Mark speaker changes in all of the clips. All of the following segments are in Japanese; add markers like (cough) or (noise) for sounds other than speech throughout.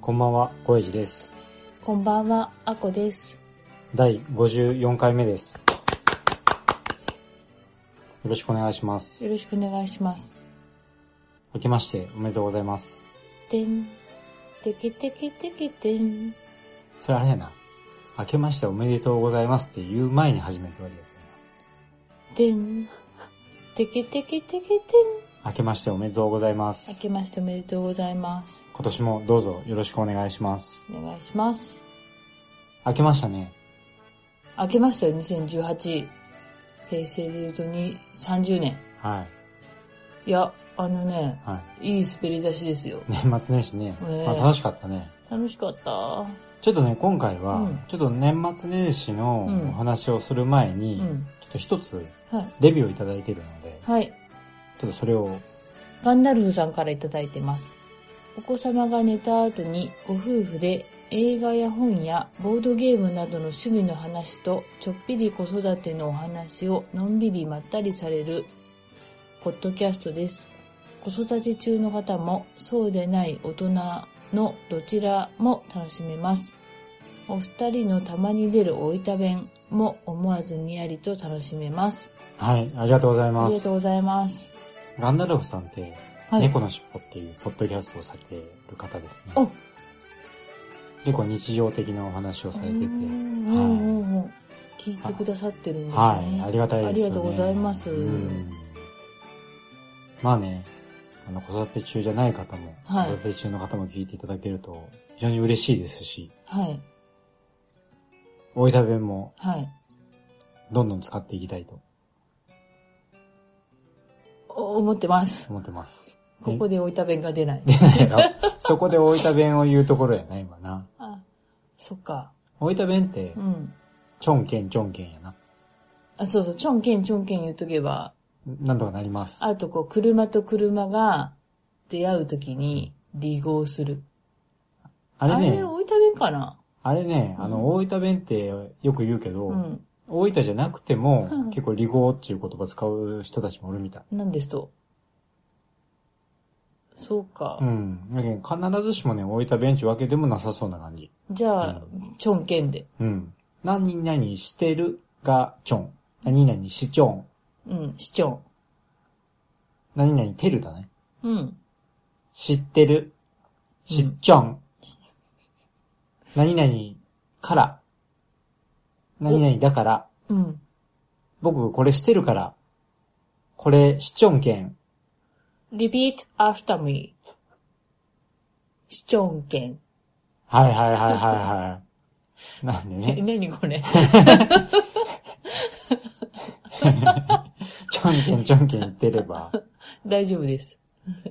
Speaker 1: こんばんは、ごえじです。
Speaker 2: こんばんはあこです
Speaker 1: 第54回目です。よろしくお願いします。
Speaker 2: よろしくお願いします
Speaker 1: 明けましておめでとうございます。
Speaker 2: てんてけてけてけてん
Speaker 1: それあれやな。明けましておめでとうございますって言う前に始めるわけですね。
Speaker 2: てんてけてけてけてん
Speaker 1: 明けましておめでとうございま
Speaker 2: 明
Speaker 1: す。
Speaker 2: けましておめでとうございます
Speaker 1: 今年もどうぞよろしくお願いします。
Speaker 2: お願いします
Speaker 1: 明けましたね。
Speaker 2: 明けましたよ、2018。平成で言うとに30年。
Speaker 1: はい。
Speaker 2: いや、あのね、
Speaker 1: はい。
Speaker 2: いい滑り出しですよ。
Speaker 1: 年末年始ね。
Speaker 2: ええ
Speaker 1: まあ楽しかったね。
Speaker 2: 楽しかった。
Speaker 1: ちょっとね、今回は、
Speaker 2: うん
Speaker 1: ちょっと年末年始の
Speaker 2: うん
Speaker 1: お話をする前に、
Speaker 2: うん。
Speaker 1: ちょっと一つ
Speaker 2: はい。
Speaker 1: デビューをいただいているので、
Speaker 2: はい。
Speaker 1: ちょっとそれを
Speaker 2: ガンダルフさんからいただいてます。お子様が寝た後にご夫婦で映画や本やボードゲームなどの趣味の話とちょっぴり子育てのお話をのんびりまったりされるポッドキャストです。子育て中の方もそうでない大人のどちらも楽しめます。お二人のたまに出る大分弁も思わずにやりと楽しめます。
Speaker 1: はい、ありがとうござい
Speaker 2: あ
Speaker 1: ま
Speaker 2: りが
Speaker 1: す
Speaker 2: とう。ございます。
Speaker 1: ガンダルフさんって、
Speaker 2: はい。
Speaker 1: 猫のしっぽっていうポッドキャストをされている方ですね。
Speaker 2: お
Speaker 1: 結構日常的なお話をされてて、
Speaker 2: うんうんうんうん聞いてくださってるんですね。
Speaker 1: はい、ありがたいですよね。
Speaker 2: ありがとうございます
Speaker 1: うんまあね、あの、子育て中じゃない方も、
Speaker 2: はい
Speaker 1: 子育て中の方も聞いていただけると、非常に嬉しいですし、
Speaker 2: はい、
Speaker 1: 大分弁も
Speaker 2: はい。
Speaker 1: どんどん使っていきたいと
Speaker 2: お思ってます。
Speaker 1: 思ってます。
Speaker 2: こ
Speaker 1: (laughs)
Speaker 2: こで置いた弁が出ない。
Speaker 1: そこで大分弁を言うところやな、今な。
Speaker 2: あ、そっか。
Speaker 1: 大分弁って
Speaker 2: う、ん。
Speaker 1: ちょんけんちょんけんやな。
Speaker 2: あ、そうそう、ちょんけんちょんけん言っとけば、
Speaker 1: なんとかなります。
Speaker 2: あとこう、車と車が出会うときに離合する。あ
Speaker 1: あれ
Speaker 2: れ
Speaker 1: ね、
Speaker 2: 置いた弁かな
Speaker 1: あれね、
Speaker 2: うん
Speaker 1: あの、大分弁ってよく言うけど、
Speaker 2: うん。
Speaker 1: 大分じゃなくても、
Speaker 2: うん
Speaker 1: 結構離合っていう言葉使う人たちもおるみたい。
Speaker 2: なんですと。そうか
Speaker 1: う。ん。だけど必ずしもね、大分弁ってわけでもなさそうな感じ。
Speaker 2: じゃあ、ちょんけんで。
Speaker 1: うん。何々してるがちょん。何々しちょん。
Speaker 2: うん、しちょん。
Speaker 1: 何々てるだね。
Speaker 2: うん。
Speaker 1: 知ってる。しっちょん。何々から。何々だから。
Speaker 2: うん。
Speaker 1: 僕これしてるから。これしちょんけん。
Speaker 2: repeat after me. シチョンケン。
Speaker 1: はいはいはいはいはい。なんで
Speaker 2: え、
Speaker 1: ね、
Speaker 2: (laughs) 何これ
Speaker 1: ちょんけんちょんけん言ってれば。
Speaker 2: 大丈夫です。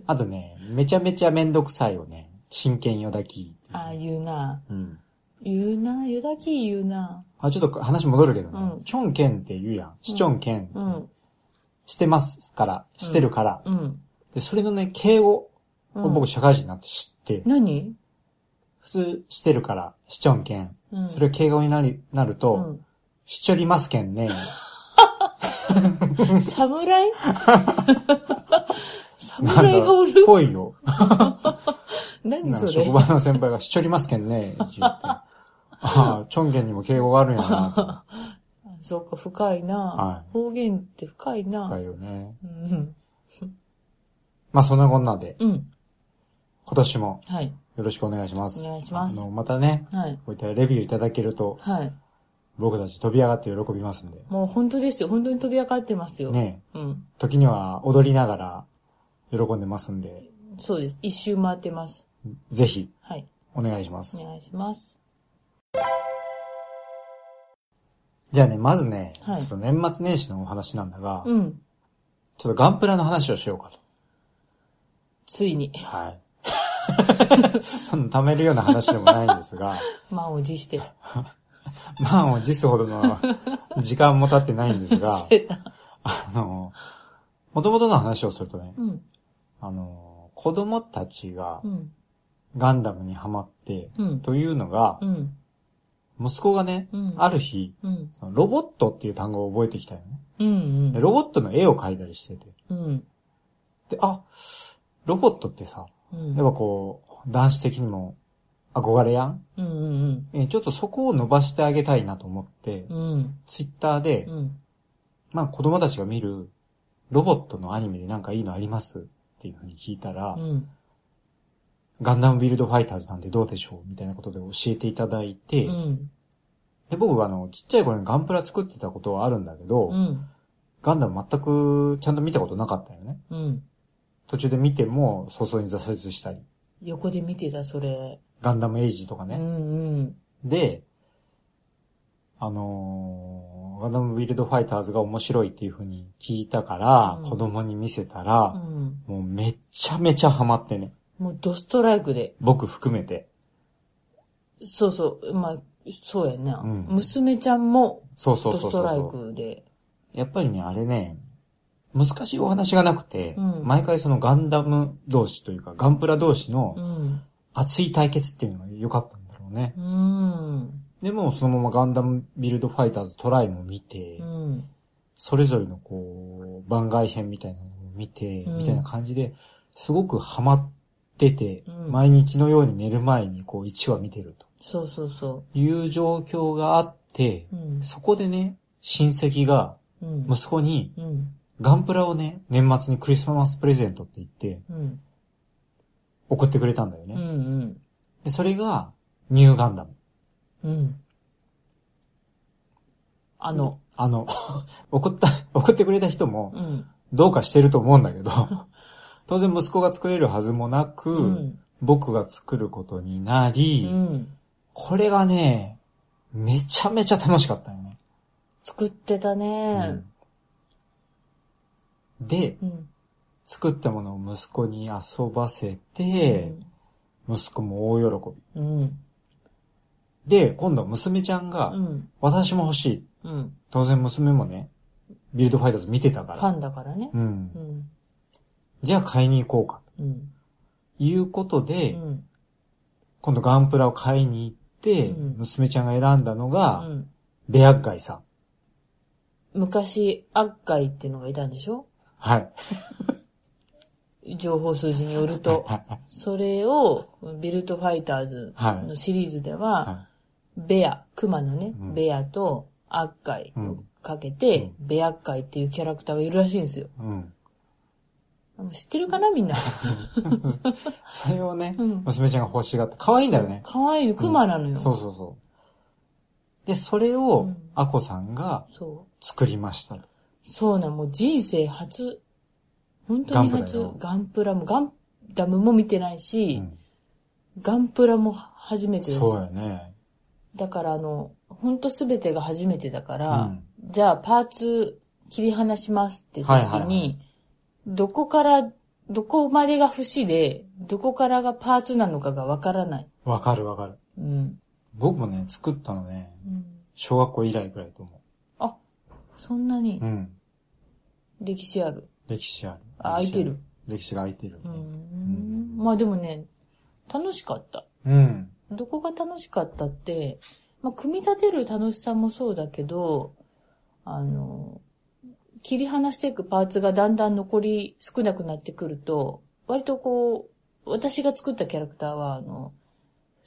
Speaker 1: あとね、めちゃめちゃめんどくさいよね。真剣よだき。
Speaker 2: ああ、言うな。
Speaker 1: うん。
Speaker 2: 言うな。よだけ言うな。
Speaker 1: あ、ちょっと話戻るけどね。
Speaker 2: うん
Speaker 1: ちょんけんって言うやん。しちょんけん。
Speaker 2: うん。
Speaker 1: してますから。してるから。
Speaker 2: うん。
Speaker 1: で、それのね、敬語
Speaker 2: う
Speaker 1: を
Speaker 2: ん、
Speaker 1: 僕社会人になって知って、
Speaker 2: 何
Speaker 1: 普通してるから、しちょんけん。
Speaker 2: うん。
Speaker 1: それを敬語になり、なると、
Speaker 2: う
Speaker 1: しちょりますけん
Speaker 2: (laughs)
Speaker 1: ね。
Speaker 2: ん。
Speaker 1: (laughs)
Speaker 2: 侍侍がおる
Speaker 1: ぽいよ。
Speaker 2: 何
Speaker 1: な
Speaker 2: そ
Speaker 1: んか
Speaker 2: れ
Speaker 1: 職場の先輩がしちょりますけんね。って
Speaker 2: (laughs)
Speaker 1: 言って。ああ、ちょんけんにも敬語があるんやな。
Speaker 2: そうか、深いな
Speaker 1: は。
Speaker 2: 方言って深いな。
Speaker 1: 深いよね。
Speaker 2: うん。
Speaker 1: まあそんなこんなで、
Speaker 2: うん。
Speaker 1: 今年も
Speaker 2: はい。
Speaker 1: よろしくお願いします。
Speaker 2: お願いします
Speaker 1: あの、またね、
Speaker 2: はい。
Speaker 1: こういったレビューいただけると、
Speaker 2: はい。
Speaker 1: 僕たち飛び上がって喜びますんで。
Speaker 2: もう本当ですよ。本当に飛び上がってますよ。
Speaker 1: ね
Speaker 2: うん。
Speaker 1: 時には踊りながら喜んでますんで、
Speaker 2: そうです。一周回ってます。
Speaker 1: ぜひ
Speaker 2: はい。
Speaker 1: お願いします。
Speaker 2: お願いします。
Speaker 1: じゃあね、まずね、
Speaker 2: はい
Speaker 1: ちょっと年末年始のお話なんだが、
Speaker 2: うん。
Speaker 1: ちょっとガンプラの話をしようかと。
Speaker 2: (laughs) ついに。
Speaker 1: はい。そんな貯めるような話でもないんですが、
Speaker 2: 満を持して。
Speaker 1: 満を持すほどの時間も経ってないんです (laughs) が、あの、元々の話をするとね、
Speaker 2: うん、
Speaker 1: あの、子供たちが
Speaker 2: うん、
Speaker 1: ガンダムにハマって、
Speaker 2: うん、
Speaker 1: というのが
Speaker 2: う、ん、
Speaker 1: 息子がね、
Speaker 2: うん。
Speaker 1: ある日、
Speaker 2: うん、
Speaker 1: そのロボットっていう単語を覚えてきたよね。
Speaker 2: うん、
Speaker 1: でロボットの絵を描いたりしてて。
Speaker 2: うん、
Speaker 1: で、あ、ロボットってさ、
Speaker 2: うん。
Speaker 1: やっぱこう、男子的にも憧れやん
Speaker 2: うん、うん、
Speaker 1: えーちょっとそこを伸ばしてあげたいなと思って、
Speaker 2: うん、
Speaker 1: ツイッターで、
Speaker 2: うん。
Speaker 1: まあ子供たちが見るロボットのアニメでなんかいいのありますっていうふうに聞いたら、
Speaker 2: うん、
Speaker 1: ガンダムビルドファイターズなんてどうでしょうみたいなことで教えていただいて、
Speaker 2: うん、
Speaker 1: で僕はあの、ちっちゃい頃にガンプラ作ってたことはあるんだけど、
Speaker 2: うん、
Speaker 1: ガンダム全くちゃんと見たことなかったよね。
Speaker 2: うん。
Speaker 1: 途中で見ても早々に挫折したり、
Speaker 2: 横で見てた、それ。
Speaker 1: ガンダムエイジとか
Speaker 2: う
Speaker 1: ね。
Speaker 2: ん、うん、
Speaker 1: で、あのーガンダムビルドファイターズが面白いっていう風に聞いたから、
Speaker 2: うん
Speaker 1: 子供に見せたら
Speaker 2: う、ん。
Speaker 1: もうめちゃめちゃハマってね。
Speaker 2: もうドストライクで。
Speaker 1: 僕含めて。
Speaker 2: そうそう、まあ、そうやな。
Speaker 1: うん
Speaker 2: 娘ちゃんも
Speaker 1: そうそう
Speaker 2: ドス
Speaker 1: そうそ
Speaker 2: トライ
Speaker 1: う。
Speaker 2: クで。
Speaker 1: やっぱりね、あれね、難しいお話がなくて、
Speaker 2: うん
Speaker 1: 毎回そのガンダム同士というか、ガンプラ同士の
Speaker 2: うん。
Speaker 1: 熱い対決っていうのが良かったんだろうね。
Speaker 2: うん。
Speaker 1: でも、そのままガンダムビルドファイターズトライも見て、
Speaker 2: うん。
Speaker 1: それぞれのこう、番外編みたいなのを見て、
Speaker 2: うん
Speaker 1: みたいな感じで、すごくハマってて、
Speaker 2: うん
Speaker 1: 毎日のように寝る前にこう1話見てると
Speaker 2: そうそうそ
Speaker 1: いう状況があって、
Speaker 2: う。うん。
Speaker 1: そこでね、親戚が
Speaker 2: うん。
Speaker 1: 息子に
Speaker 2: うん。
Speaker 1: ガンプラをね、年末にクリスマスプレゼントって言って
Speaker 2: うん。
Speaker 1: 送ってくれたんだよ
Speaker 2: う
Speaker 1: ね。
Speaker 2: ん。
Speaker 1: で、それがニューガンダム。
Speaker 2: うん。あの、
Speaker 1: あの、 (laughs) 送った、送ってくれた人も
Speaker 2: うん。
Speaker 1: どうかしてると思うんだ
Speaker 2: (laughs)
Speaker 1: けど、当然息子が作れるはずもなく、
Speaker 2: うん。
Speaker 1: 僕が作ることにな
Speaker 2: う
Speaker 1: り、
Speaker 2: ん。
Speaker 1: これがね、めちゃめちゃ楽しかったよね。
Speaker 2: 作ってたね。
Speaker 1: うんで、
Speaker 2: うん。
Speaker 1: 作ったものを息子に遊ばせて、息子も大喜
Speaker 2: うん。
Speaker 1: び。で、今度は娘ちゃ
Speaker 2: う
Speaker 1: んが、
Speaker 2: ん。
Speaker 1: 私も欲しい。
Speaker 2: うん。
Speaker 1: 当然娘もね、ビルドファイターズ見てたか
Speaker 2: フ
Speaker 1: ら。
Speaker 2: ァンだからね。
Speaker 1: うん
Speaker 2: う。ん。
Speaker 1: じゃあ買いに行こうか。
Speaker 2: うん。
Speaker 1: ということで、
Speaker 2: うん。
Speaker 1: 今度ガンプラを買いに行って、
Speaker 2: うん
Speaker 1: 娘ちゃんが選んだの
Speaker 2: う
Speaker 1: が、
Speaker 2: ん。
Speaker 1: ベアッガイさん。
Speaker 2: 昔、アッガイってのがいたんでしょ
Speaker 1: はい。
Speaker 2: 情報数字によると。それを、ビルトファイターズのシリーズでは、
Speaker 1: は
Speaker 2: ベア、熊のね
Speaker 1: うん、
Speaker 2: ベアとアッカイ
Speaker 1: うん
Speaker 2: をかけて、ベアッカイっていうキャラクターがいるらしいんですよ。
Speaker 1: い。うん。
Speaker 2: 知ってるかなみんな。
Speaker 1: それをね、
Speaker 2: うん
Speaker 1: 娘ちゃんが欲しがって、可愛いんだよね。
Speaker 2: かわいい、熊なのよ。
Speaker 1: そうそうそう。で、それを
Speaker 2: うん、
Speaker 1: アコさんが
Speaker 2: そう。
Speaker 1: 作りましたと。
Speaker 2: そうなん、もう人生初、本当に初、ガンプラも、ガンダムも見てないうし、
Speaker 1: ん
Speaker 2: ガンプラも初めてです。
Speaker 1: そうよね。
Speaker 2: だからあの、ほんとすべてが初めてだか
Speaker 1: う
Speaker 2: ら、
Speaker 1: ん。
Speaker 2: じゃあパーツ切り離しますって言った時に、
Speaker 1: はいはいはい
Speaker 2: どこから、どこまでが節で、どこからがパーツなのかがわからない。
Speaker 1: わかるわかる。
Speaker 2: うん。
Speaker 1: 僕もね、作ったのね、
Speaker 2: うん
Speaker 1: 小学校以来くらいと思
Speaker 2: あ、そんなに
Speaker 1: う。うん。
Speaker 2: 歴史ある。
Speaker 1: 歴史ある。
Speaker 2: あ、空いてる。
Speaker 1: 歴史が空いてる
Speaker 2: う。ん。
Speaker 1: ん
Speaker 2: まあでもね、楽しかった。
Speaker 1: うん。
Speaker 2: どこが楽しかったって、まあ、組み立てる楽しさもそうだけど、あの、切り離していくパーツがだんだん残り少なくなってくると、割とこう、私が作ったキャラクターは、あの、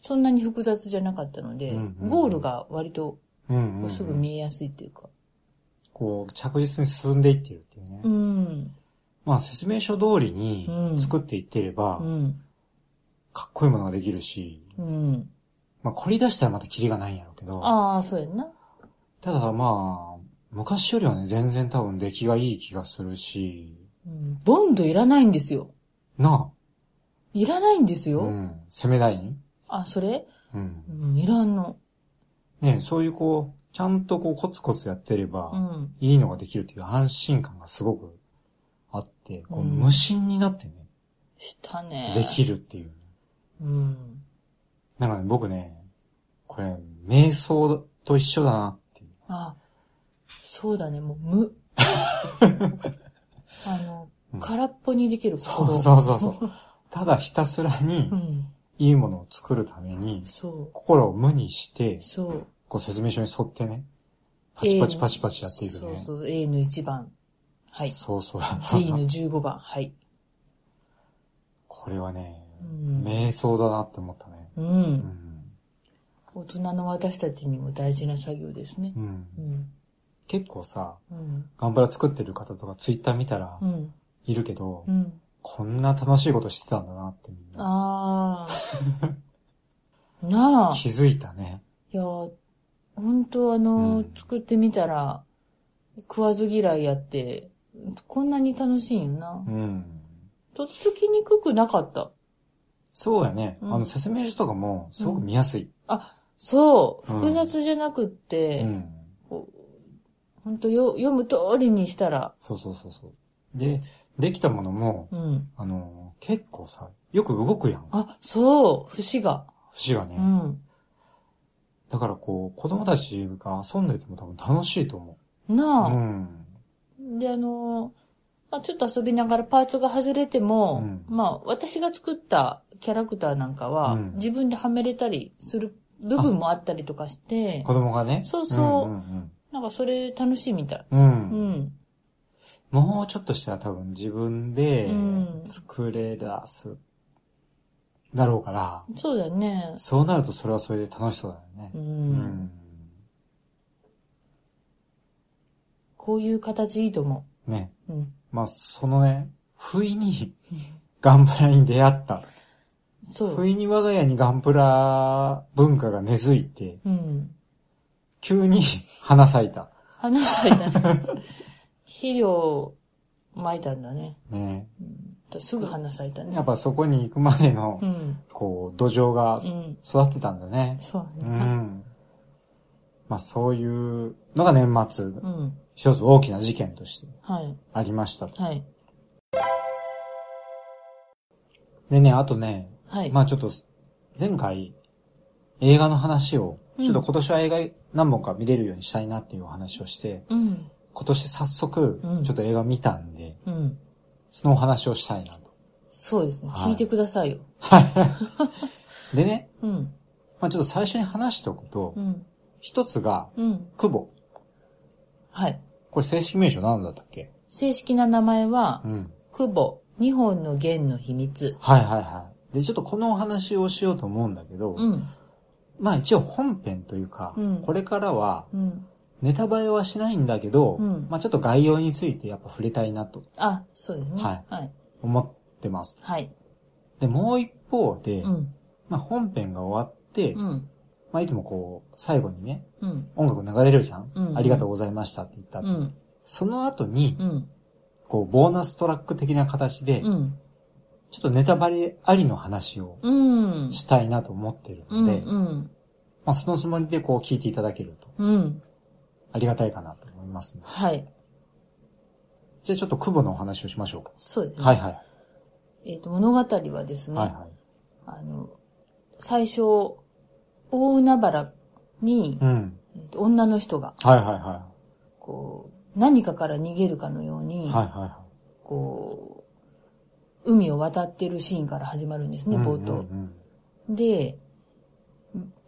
Speaker 2: そんなに複雑じゃなかったので、
Speaker 1: うんうんうん
Speaker 2: ゴールが割と
Speaker 1: うんうんうん。
Speaker 2: すぐ見えやすいっていうか。
Speaker 1: こう、着実に進んでいってるっていうね
Speaker 2: う。ん。
Speaker 1: まあ、説明書通りに
Speaker 2: うん
Speaker 1: 作っていってれば
Speaker 2: う、ん。
Speaker 1: かっこいいものができるし、
Speaker 2: うん。
Speaker 1: まあ、凝り出したらまたキリがないんやろうけど。
Speaker 2: ああ、そうやんな。
Speaker 1: ただまあ、昔よりはね、全然多分出来がいい気がするし、
Speaker 2: うんボンドいらないんですよ。
Speaker 1: ない
Speaker 2: らないんです
Speaker 1: あ、
Speaker 2: よ。
Speaker 1: うん、攻め台に
Speaker 2: あ、それ
Speaker 1: うん
Speaker 2: う。ん、いらんの。
Speaker 1: ねそういうこう、ちゃんとこう、コツコツやってれば、
Speaker 2: うん。
Speaker 1: いいのができるっていう安心感がすごくあって、こう、
Speaker 2: うん
Speaker 1: 無心になってね、
Speaker 2: したね。
Speaker 1: できるっていう。
Speaker 2: うん。
Speaker 1: なんかね、僕ね、これ、瞑想と一緒だなっていう。
Speaker 2: あ、そうだね、もう
Speaker 1: (laughs)
Speaker 2: 無。あの
Speaker 1: う、ん
Speaker 2: 空っぽにできる行
Speaker 1: そ
Speaker 2: 動。
Speaker 1: うそうそ
Speaker 2: (laughs)
Speaker 1: うそう。ただひたすらに
Speaker 2: う、ん。
Speaker 1: いいものを作るために、
Speaker 2: そ
Speaker 1: 心を無にして
Speaker 2: う。、そう。
Speaker 1: こう説明書に沿ってね、パチパチパチパチやっていくね。
Speaker 2: そうそう、A の1番。はい。
Speaker 1: そうそうそう
Speaker 2: D の15番。はい。
Speaker 1: これはね、
Speaker 2: うん
Speaker 1: 瞑想だなって思ったね。
Speaker 2: う。
Speaker 1: うんん。
Speaker 2: 大人の私たちにも大事な作業ですね
Speaker 1: う。。
Speaker 2: うんん。
Speaker 1: 結構さ、
Speaker 2: うん。
Speaker 1: ガンプラ作ってる方とかツイッター見たら
Speaker 2: うん。
Speaker 1: いるけど、
Speaker 2: うん。
Speaker 1: こんな楽しいことしてたんだなってみんな
Speaker 2: あ
Speaker 1: (laughs)
Speaker 2: あ。なあ。
Speaker 1: 気づいたね。
Speaker 2: いやー、本当あの、
Speaker 1: うん
Speaker 2: 作ってみたら、食わず嫌いやって、こんなに楽しいんよな
Speaker 1: う。ん。
Speaker 2: とっつきにくくなかった。
Speaker 1: そうやね。
Speaker 2: うん
Speaker 1: あの説明書とかもすごく見やすい。
Speaker 2: そう、
Speaker 1: うん
Speaker 2: 複雑じゃなくっ
Speaker 1: う
Speaker 2: て、
Speaker 1: ん。
Speaker 2: 本当よ読む通りにしたら、
Speaker 1: そうそうそうそう。で、できたものも、
Speaker 2: うん。
Speaker 1: あの、結構さ、よく動くやんか。
Speaker 2: あ、そう、節が。
Speaker 1: 節がね。
Speaker 2: うん。
Speaker 1: だからこう、子供たちが遊んでても多分楽しいと思う。う
Speaker 2: なあ。
Speaker 1: ん。
Speaker 2: で、あのー、まあ、ちょっと遊びながらパーツが外れても、
Speaker 1: うん
Speaker 2: まあ、私が作ったキャラクターなんかは、
Speaker 1: うん
Speaker 2: 自分ではめれたりする部分もあったりとかして、
Speaker 1: 子供がね。
Speaker 2: そうそう
Speaker 1: うん
Speaker 2: なんかそれ楽しいみたい。
Speaker 1: うんう
Speaker 2: う
Speaker 1: ん。うん。
Speaker 2: ん。
Speaker 1: もうちょっとしたら多分自分で
Speaker 2: うん
Speaker 1: 作れ出す。だろうから、
Speaker 2: そうだね。
Speaker 1: そうなるとそれはそれで楽しそうだよね
Speaker 2: う。。
Speaker 1: うんん
Speaker 2: こういう形いいと思
Speaker 1: ね。
Speaker 2: う。うん。
Speaker 1: まあ、そのね、不意に (laughs) ガンプラに出会った。
Speaker 2: そう
Speaker 1: 不。意に我が家にガンプラ文化が根付いて、
Speaker 2: うん。
Speaker 1: 急に花咲いた。
Speaker 2: 花咲いたね。 (laughs) 肥料を撒いたんだね。
Speaker 1: ね。
Speaker 2: すぐ花咲いたね。
Speaker 1: やっぱそこに行くまでの
Speaker 2: う、ん。
Speaker 1: こう、土壌が
Speaker 2: うん。
Speaker 1: 育ってたんだね。
Speaker 2: そう
Speaker 1: う
Speaker 2: ね。
Speaker 1: ん。まあそういうのが年末、
Speaker 2: うん。
Speaker 1: 一つ大きな事件として
Speaker 2: はい。
Speaker 1: ありましたと。
Speaker 2: はい。
Speaker 1: でね、あとね、
Speaker 2: はい。
Speaker 1: まあちょっと、前回、映画の話を、
Speaker 2: うん
Speaker 1: ちょっと今年は映画何本か見れるようにしたいなっていうお話をして、
Speaker 2: うん。
Speaker 1: 今年早速
Speaker 2: うん、
Speaker 1: ちょっと映画見たんで、
Speaker 2: うん。
Speaker 1: そのお話をしたいなと。
Speaker 2: そうですね。
Speaker 1: はい
Speaker 2: 聞いてくださいよ。
Speaker 1: でね、
Speaker 2: うん。
Speaker 1: まあちょっと最初に話しておくと
Speaker 2: う、ん。
Speaker 1: 一つが、
Speaker 2: うん。
Speaker 1: 久保。
Speaker 2: はい。
Speaker 1: これ正式名称何だったっけ
Speaker 2: 正式な名前は
Speaker 1: う、ん。
Speaker 2: 久保、日本の弦の秘密。
Speaker 1: はいはいはい。で、ちょっとこのお話をしようと思うんだけど、
Speaker 2: うん。
Speaker 1: まあ一応本編というか、
Speaker 2: うん
Speaker 1: これからは
Speaker 2: うん。
Speaker 1: ネタバレはしないんだけど、
Speaker 2: うん
Speaker 1: まあちょっと概要についてやっぱ触れたいなと
Speaker 2: あ、そうですね。
Speaker 1: はい
Speaker 2: はい。
Speaker 1: 思ってます。
Speaker 2: はい。
Speaker 1: で、もう一方で、
Speaker 2: うん。
Speaker 1: まあ本編が終わって、
Speaker 2: うん。
Speaker 1: まあいつもこう、最後にね、
Speaker 2: うん。
Speaker 1: 音楽流れるじゃん、
Speaker 2: うん
Speaker 1: ありがとうございましたって言った後、
Speaker 2: うん。
Speaker 1: その後に、
Speaker 2: うん。
Speaker 1: こう、ボーナストラック的な形で、
Speaker 2: うん。
Speaker 1: ちょっとネタバレありの話を
Speaker 2: うん。
Speaker 1: したいなと思ってる
Speaker 2: う
Speaker 1: の
Speaker 2: ん。
Speaker 1: で、
Speaker 2: うん。
Speaker 1: まあそのつもりでこう聞いていただけると
Speaker 2: うん。
Speaker 1: ありがたいかなと思いますので。
Speaker 2: はい。
Speaker 1: じゃあちょっと久保のお話をしましょうか。
Speaker 2: そうですね。
Speaker 1: はいはい。
Speaker 2: えっと、物語はですね、
Speaker 1: はいはい。
Speaker 2: あの、最初、大海原に、
Speaker 1: うん。
Speaker 2: えっと女の人が、
Speaker 1: はいはいは
Speaker 2: こう、何かから逃げるかのように、
Speaker 1: い。はいはいは
Speaker 2: こう、海を渡ってるシーンから始まるんです
Speaker 1: い。
Speaker 2: ね、冒頭。
Speaker 1: うんうん
Speaker 2: で、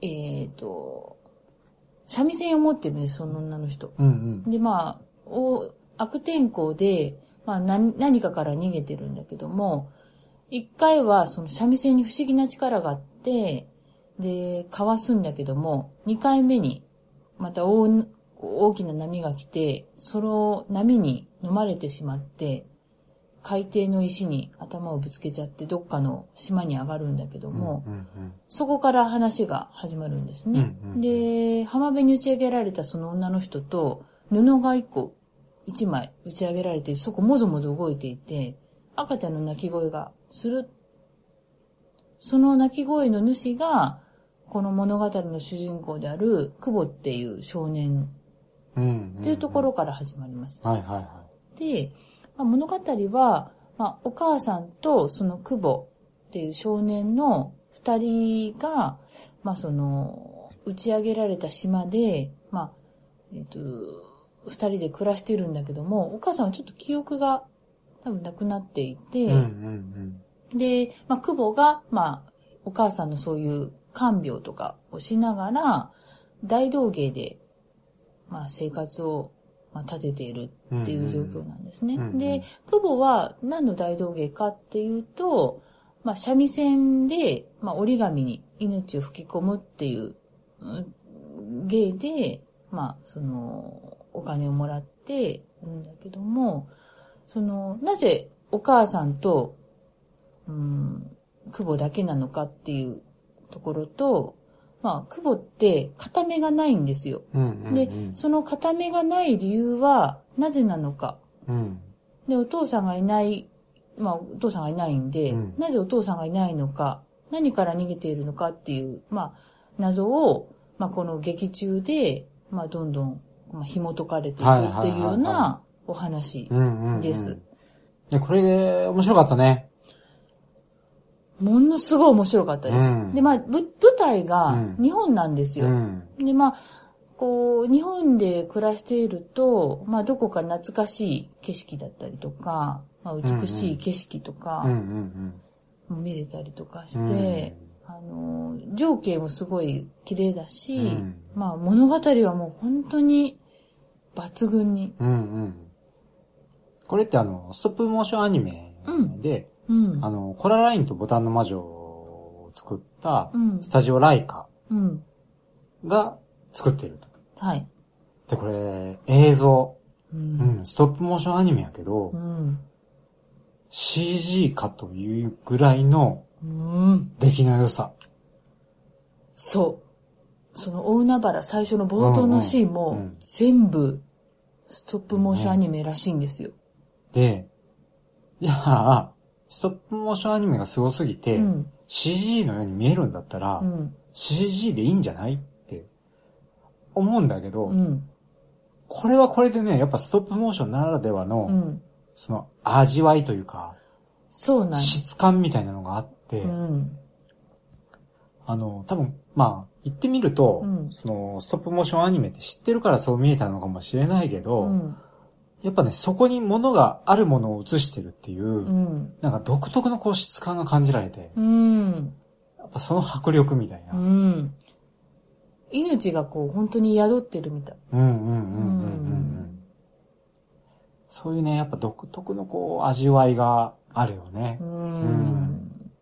Speaker 2: えっ、と、三味線を持ってるね、その女の人。
Speaker 1: うん。うん
Speaker 2: で、まあ、お悪天候で、まあ何、何かから逃げてるんだけども、一回はその三味線に不思議な力があって、で、かわすんだけども、二回目に、また大大きな波が来て、その波に飲まれてしまって、海底の石に頭をぶつけちゃって、どっかの島に上がるんだけど
Speaker 1: うん。
Speaker 2: も、
Speaker 1: うんうん
Speaker 2: そこから話が始まるんです
Speaker 1: うん。
Speaker 2: ね。
Speaker 1: うんうん、
Speaker 2: で、浜辺に打ち上げられたその女の人と、布が一個、一枚打ち上げられて、そこもぞもぞ動いていて、赤ちゃんの泣き声がする。その泣き声の主が、この物語の主人公である、久保っていう少年
Speaker 1: うんんん
Speaker 2: っていうところ。から始まります。
Speaker 1: はいはいは
Speaker 2: で、まあ、物語は、まあ、お母さんとその久保っていう少年の二人が、まあその、打ち上げられた島で、まあ、えっ、と、二人で暮らしてるんだけども、お母さんはちょっと記憶が多分なくなっていて、
Speaker 1: うんうん
Speaker 2: で、まあ、久保が、まあ、お母さんのそういう看病とかをしながら、大道芸で、まあ、生活を、まあ、立てている
Speaker 1: うん。
Speaker 2: っていう状況なんですね。
Speaker 1: うんうん
Speaker 2: で、久保は何の大道芸かっていうと、まあ、三味線で、まあ、折り紙に命を吹き込むっていう、うん芸で、まあ、その、お金をもらってるんだけども、その、なぜお母さんと、うん、久保だけなのかっていうところと、まあ、久保って片目がないんですよ。
Speaker 1: うんうんうん。
Speaker 2: で、その片目がない理由は、なぜなのか。
Speaker 1: うん。
Speaker 2: で、お父さんがいない、まあ、お父さんがいないんで、
Speaker 1: うん
Speaker 2: なぜお父さんがいないのか、何から逃げているのかっていう、まあ、謎を、まあ、この劇中で、まあ、どんどん、まあ、紐解かれていく
Speaker 1: はいはい
Speaker 2: って
Speaker 1: はいはい
Speaker 2: いうようなお話
Speaker 1: う。んうんうん。
Speaker 2: です。
Speaker 1: で、これで、面白かったね。
Speaker 2: ものすごい面白かったです。
Speaker 1: うん
Speaker 2: で、まあ、ぶ舞台が
Speaker 1: うん
Speaker 2: 日本なんです
Speaker 1: う
Speaker 2: よ。
Speaker 1: ん。
Speaker 2: で、まあ、こう、日本で暮らしていると、まあ、どこか懐かしい景色だったりとか、まあ、美しい景色と
Speaker 1: うんう
Speaker 2: か、
Speaker 1: ん
Speaker 2: 見れたりとかし
Speaker 1: うん。
Speaker 2: て、あの、情景もすごい綺麗だ
Speaker 1: う
Speaker 2: し、
Speaker 1: ん、
Speaker 2: まあ、物語はもう本当に抜群に、
Speaker 1: うんうん。これってあの、ストップモーションアニメで、
Speaker 2: うん、
Speaker 1: あの、コララインとボタンの魔女を作った
Speaker 2: う、ん
Speaker 1: ス、タジオライカ
Speaker 2: うん、
Speaker 1: が作ってると。
Speaker 2: はい。
Speaker 1: で、これ、映像、
Speaker 2: う、
Speaker 1: うんん、ストップモーションアニメやけど、
Speaker 2: うん、
Speaker 1: CG かというぐらいの
Speaker 2: うん、
Speaker 1: 出来の良さ。
Speaker 2: そう。その、大海原最初の冒頭のシーン
Speaker 1: うんうんう
Speaker 2: も
Speaker 1: ん、
Speaker 2: 全部、ストップモーションアニメらしいんですよ。
Speaker 1: で、いやー、ストップモーションアニメが凄すぎて、
Speaker 2: うん。
Speaker 1: CG のように見えるんだったら、
Speaker 2: うん。
Speaker 1: CG でいいんじゃないって思うんだけど、
Speaker 2: うん。
Speaker 1: これはこれでね、やっぱストップモーションならではの、
Speaker 2: うん。
Speaker 1: その味わいというか、
Speaker 2: そうなんです。
Speaker 1: 質感みたいなのがあって、
Speaker 2: うん。
Speaker 1: あの、多分、まあ、言ってみると、
Speaker 2: うん
Speaker 1: その、ストップモーションアニメって知ってるからそう見えたのかもしれないけ
Speaker 2: う
Speaker 1: ど、
Speaker 2: ん。
Speaker 1: やっぱね、そこに物があるものを映してるっていう、
Speaker 2: うん。
Speaker 1: なんか独特のこう質感が感じられて、
Speaker 2: うん。
Speaker 1: やっぱその迫力みたいうな。
Speaker 2: ん。命がこう、本当に宿ってるみたい。
Speaker 1: うんうんうんうんうんう。
Speaker 2: うん
Speaker 1: そういうね、やっぱ独特のこう味わいがあるよね
Speaker 2: う。
Speaker 1: うんん。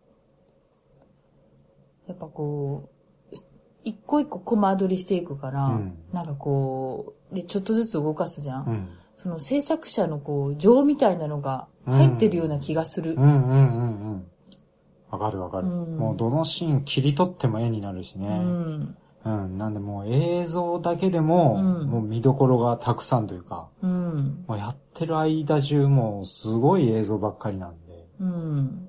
Speaker 2: やっぱこう、一個一個コマ撮りしていくから、
Speaker 1: うん
Speaker 2: なんかこう、で、ちょっとずつ動かすじゃん。
Speaker 1: うん。
Speaker 2: その制作者のこう、情みたいなのが入ってるような気がする。
Speaker 1: うんうんうんうん。わかるわかる。
Speaker 2: うん
Speaker 1: もうどのシーン切り取っても絵になるしね。
Speaker 2: うん。
Speaker 1: うん。なんでもう映像だけでも、
Speaker 2: うん
Speaker 1: もう見どころがたくさんというか、
Speaker 2: うん。
Speaker 1: もうやってる間中もうすごい映像ばっかりなんで、
Speaker 2: うん。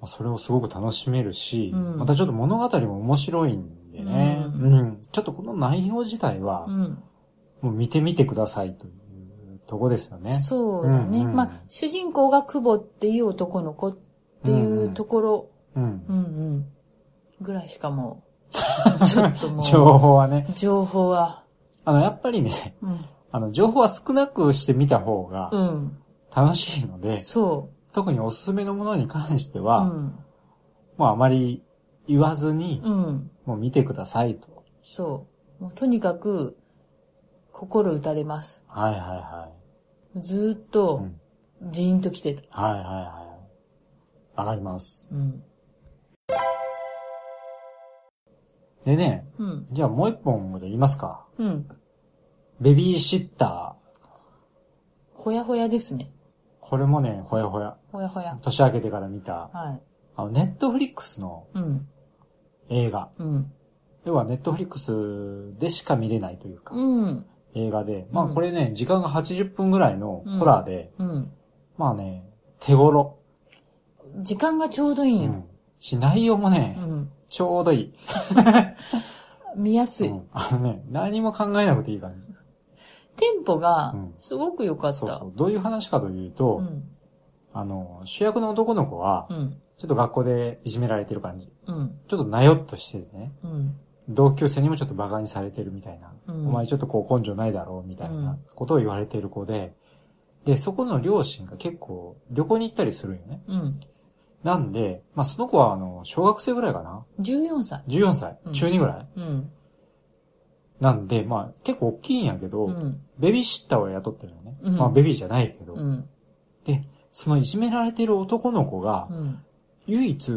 Speaker 1: まあそれをすごく楽しめるし、
Speaker 2: うん
Speaker 1: またちょっと物語も面白いんでね、
Speaker 2: う
Speaker 1: うんん、ちょっとこの内容自体は
Speaker 2: う、ん。
Speaker 1: もう見てみてくださいというとこですよね。
Speaker 2: そうだね。
Speaker 1: うんうん
Speaker 2: まあ、主人公が久保っていう男の子っていうところ、
Speaker 1: うん
Speaker 2: う。んうん、ぐらいしかも
Speaker 1: (laughs)
Speaker 2: う、ちょっともう、
Speaker 1: 情報はね。
Speaker 2: 情報は、
Speaker 1: あの、やっぱりね、 (laughs)
Speaker 2: うん、
Speaker 1: あの、情報は少なくしてみた方が
Speaker 2: うん、
Speaker 1: 楽しいので、
Speaker 2: そ
Speaker 1: 特におすすめのものに関して
Speaker 2: う、う
Speaker 1: は、
Speaker 2: ん、
Speaker 1: もうあまり言わずに、
Speaker 2: うん、
Speaker 1: もう見てくださいと。
Speaker 2: そう。もうとにかく、心打たれます。
Speaker 1: はいはいは
Speaker 2: ずーっ
Speaker 1: い。う
Speaker 2: と、
Speaker 1: ん。
Speaker 2: ジーンと来てた。
Speaker 1: はいはいはい。わかります。
Speaker 2: うん。
Speaker 1: でね、
Speaker 2: うん。
Speaker 1: じゃあもう一本で言いますか。
Speaker 2: うん。
Speaker 1: ベビーシッター。
Speaker 2: ほやほやですね。
Speaker 1: これもね、ほやほや。
Speaker 2: ほやほや。
Speaker 1: 年明けてから見た、
Speaker 2: はい。
Speaker 1: あの、ネットフリックスの
Speaker 2: うん。
Speaker 1: 映画。
Speaker 2: うん。
Speaker 1: 要はネットフリックスでしか見れないというか、
Speaker 2: うん。
Speaker 1: 映画で。まあ
Speaker 2: うん
Speaker 1: これね、時間が80分ぐらいの
Speaker 2: うん
Speaker 1: ホラーで、
Speaker 2: うん。
Speaker 1: まあね、手頃。
Speaker 2: 時間がちょうどいいん
Speaker 1: う
Speaker 2: よ。
Speaker 1: んし、内容もね、
Speaker 2: うん。
Speaker 1: ちょうどいい。
Speaker 2: 見やすい。
Speaker 1: うんあのね、何も考えなくていい感じ。
Speaker 2: テンポが
Speaker 1: うん
Speaker 2: すごく良かった。
Speaker 1: そうそう。どういう話かというと、
Speaker 2: うん。
Speaker 1: あの、主役の男の子は
Speaker 2: う、ん。
Speaker 1: ちょっと学校でいじめられてる感じ。
Speaker 2: うん、
Speaker 1: ちょっとなよっとしててね。
Speaker 2: うん、
Speaker 1: 同級生にもちょっと馬鹿にされてるみたいな。
Speaker 2: うん
Speaker 1: お前ちょっとこう根性ないだろうみたいうなんことを言われてる子で、で、そこの両親が結構旅行に行ったりするんよね。
Speaker 2: うん。
Speaker 1: なんで、まあその子はあの、小学生ぐらいかな
Speaker 2: 14歳。
Speaker 1: ?14 歳
Speaker 2: うん
Speaker 1: 中2ぐら
Speaker 2: う
Speaker 1: い、
Speaker 2: ん、
Speaker 1: なんで、まあ結構大きいんやけど、
Speaker 2: うん、
Speaker 1: ベビーシッターを雇ってるよね。
Speaker 2: うん
Speaker 1: まあベビーじゃないけど、
Speaker 2: うん、
Speaker 1: そのいじめられてる男の子が
Speaker 2: う、ん、
Speaker 1: 唯一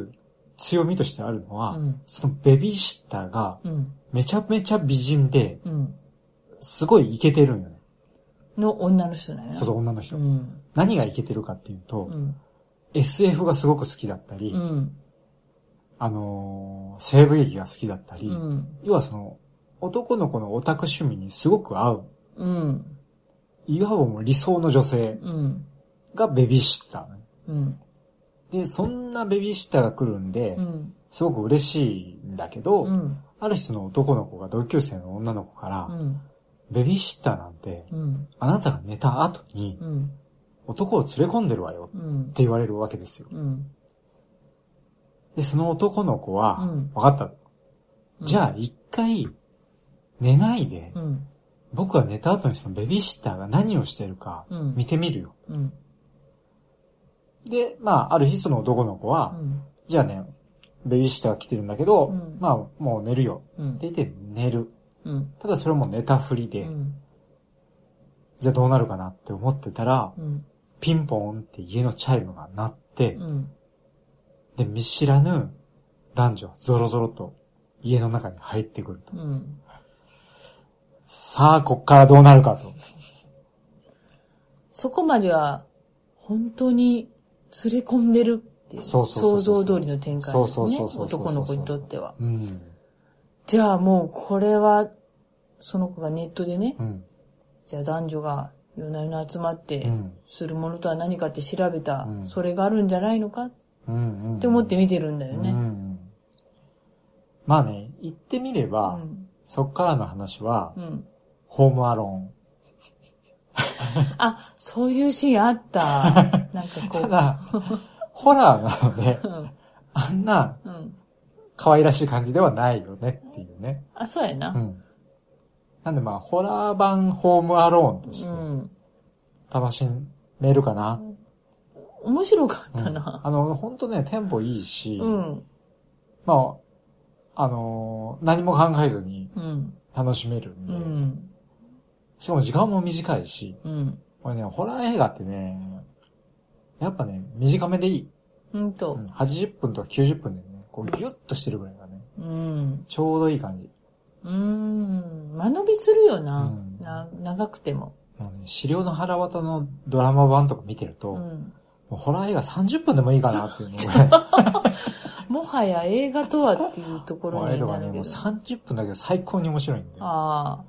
Speaker 1: 強みとしてあるのは、
Speaker 2: うん、
Speaker 1: そのベビーシッターが
Speaker 2: うん、
Speaker 1: めちゃめちゃ美人で、
Speaker 2: うん。
Speaker 1: すごいイケてるんよね。
Speaker 2: の女の人だよね。
Speaker 1: そうそう、女の人。
Speaker 2: うん、
Speaker 1: 何がイケてるかっていうと、
Speaker 2: うん、
Speaker 1: SF がすごく好きだったり、
Speaker 2: うん、
Speaker 1: あのー西部劇が好きだったり、
Speaker 2: うん、
Speaker 1: 要はその、男の子のオタク趣味にすごく合う。
Speaker 2: うん、
Speaker 1: いわばもう理想の女性
Speaker 2: うん、
Speaker 1: がベビーシッタ
Speaker 2: うん、
Speaker 1: ー。で、そんなベビーシッターが来るんで、
Speaker 2: うん、
Speaker 1: すごく嬉しいんだけど、
Speaker 2: うん、
Speaker 1: ある人の男の子が同級生の女の子から、
Speaker 2: うん、
Speaker 1: ベビーシッターなんて、
Speaker 2: うん、
Speaker 1: あなたが寝た後に
Speaker 2: うん、
Speaker 1: 男を連れ込んでるわよ
Speaker 2: うん
Speaker 1: っ、て言われるわけですよ。
Speaker 2: うん。
Speaker 1: で、その男の子は、
Speaker 2: うん
Speaker 1: わかった。じゃあ一回、寝ないで、
Speaker 2: うん、
Speaker 1: 僕は寝た後にそのベビーシッターが何をしてるか、
Speaker 2: うん、
Speaker 1: 見てみるよ。
Speaker 2: うん、
Speaker 1: で、まあ、ある日その男の子
Speaker 2: う
Speaker 1: は、
Speaker 2: ん、
Speaker 1: じゃあね、ベビーシッターが来てるんだけど、
Speaker 2: うん
Speaker 1: まあ、もう寝るよ。
Speaker 2: うん、
Speaker 1: って言って寝る。
Speaker 2: うん、
Speaker 1: ただそれも寝たふり
Speaker 2: う
Speaker 1: で、
Speaker 2: ん、
Speaker 1: じゃあどうなるかなって思ってたら、
Speaker 2: うん、
Speaker 1: ピンポンって家のチャイムが鳴って、
Speaker 2: うん、
Speaker 1: で、見知らぬ男女がゾロゾロと家の中に入ってくると。
Speaker 2: うん。
Speaker 1: さあ、こっからどうなるかと。
Speaker 2: そこまでは、本当に連れ込んでるっていう。
Speaker 1: そうそうそうそう
Speaker 2: 想像通りの展開
Speaker 1: そう
Speaker 2: です
Speaker 1: そう
Speaker 2: ね。
Speaker 1: そうそうそう
Speaker 2: 男の子にとっては。
Speaker 1: うん。
Speaker 2: じゃあもうこれは、その子がネットでね、
Speaker 1: うん。
Speaker 2: じゃあ男女が夜な夜な集まっ
Speaker 1: う
Speaker 2: て、
Speaker 1: ん。
Speaker 2: するものとは何かって調べた、
Speaker 1: うん
Speaker 2: それがあるんじゃないのかっ
Speaker 1: うん。うん
Speaker 2: て思って見てるんだよ
Speaker 1: う
Speaker 2: ね。
Speaker 1: ん。まあね、言ってみれ
Speaker 2: う
Speaker 1: ば、
Speaker 2: ん。
Speaker 1: そっからの話は、
Speaker 2: うん。
Speaker 1: ホームアロ
Speaker 2: あ、そういうシーンあ
Speaker 1: (laughs)
Speaker 2: った。なんか
Speaker 1: ーン。
Speaker 2: こ
Speaker 1: た
Speaker 2: う。
Speaker 1: だ、ホラーなので、あんな
Speaker 2: うん。うん。
Speaker 1: 可愛らしい感じではないよねっていうね。
Speaker 2: あ、そうや
Speaker 1: う
Speaker 2: な。
Speaker 1: ん。なんでまあ、ホラー版ホームアローンと
Speaker 2: う
Speaker 1: して
Speaker 2: ん。
Speaker 1: 楽しめるかな。
Speaker 2: 面白か
Speaker 1: う
Speaker 2: っ
Speaker 1: ん
Speaker 2: たな。
Speaker 1: あの、ほんとね、テンポいいし、
Speaker 2: うん。
Speaker 1: まあ、あのー何も考えずに
Speaker 2: うん。
Speaker 1: 楽しめるん
Speaker 2: う
Speaker 1: で、
Speaker 2: ん。
Speaker 1: しかも時間も短いし、
Speaker 2: うん。
Speaker 1: これね、ホラー映画ってね、やっぱね、短めでいい。
Speaker 2: うんと
Speaker 1: うん。80分とか90分でね、こうギュッとしてるぐらいがね、
Speaker 2: うん。
Speaker 1: ちょうどいい感じ。
Speaker 2: うん。間延びするよな
Speaker 1: うん。
Speaker 2: な長くても。
Speaker 1: もうね、資料の腹渡のドラマ版とか見てると、
Speaker 2: う
Speaker 1: も
Speaker 2: ん。
Speaker 1: うホラー映画30分でもいいかなっ
Speaker 2: (laughs)
Speaker 1: ていうのが、
Speaker 2: もはや映画とはっていうとこ
Speaker 1: も
Speaker 2: ろ
Speaker 1: う映
Speaker 2: に
Speaker 1: 画
Speaker 2: な
Speaker 1: がね、
Speaker 2: る
Speaker 1: も
Speaker 2: け
Speaker 1: う
Speaker 2: ど。
Speaker 1: 30分だけど最高に面白いんで。
Speaker 2: あ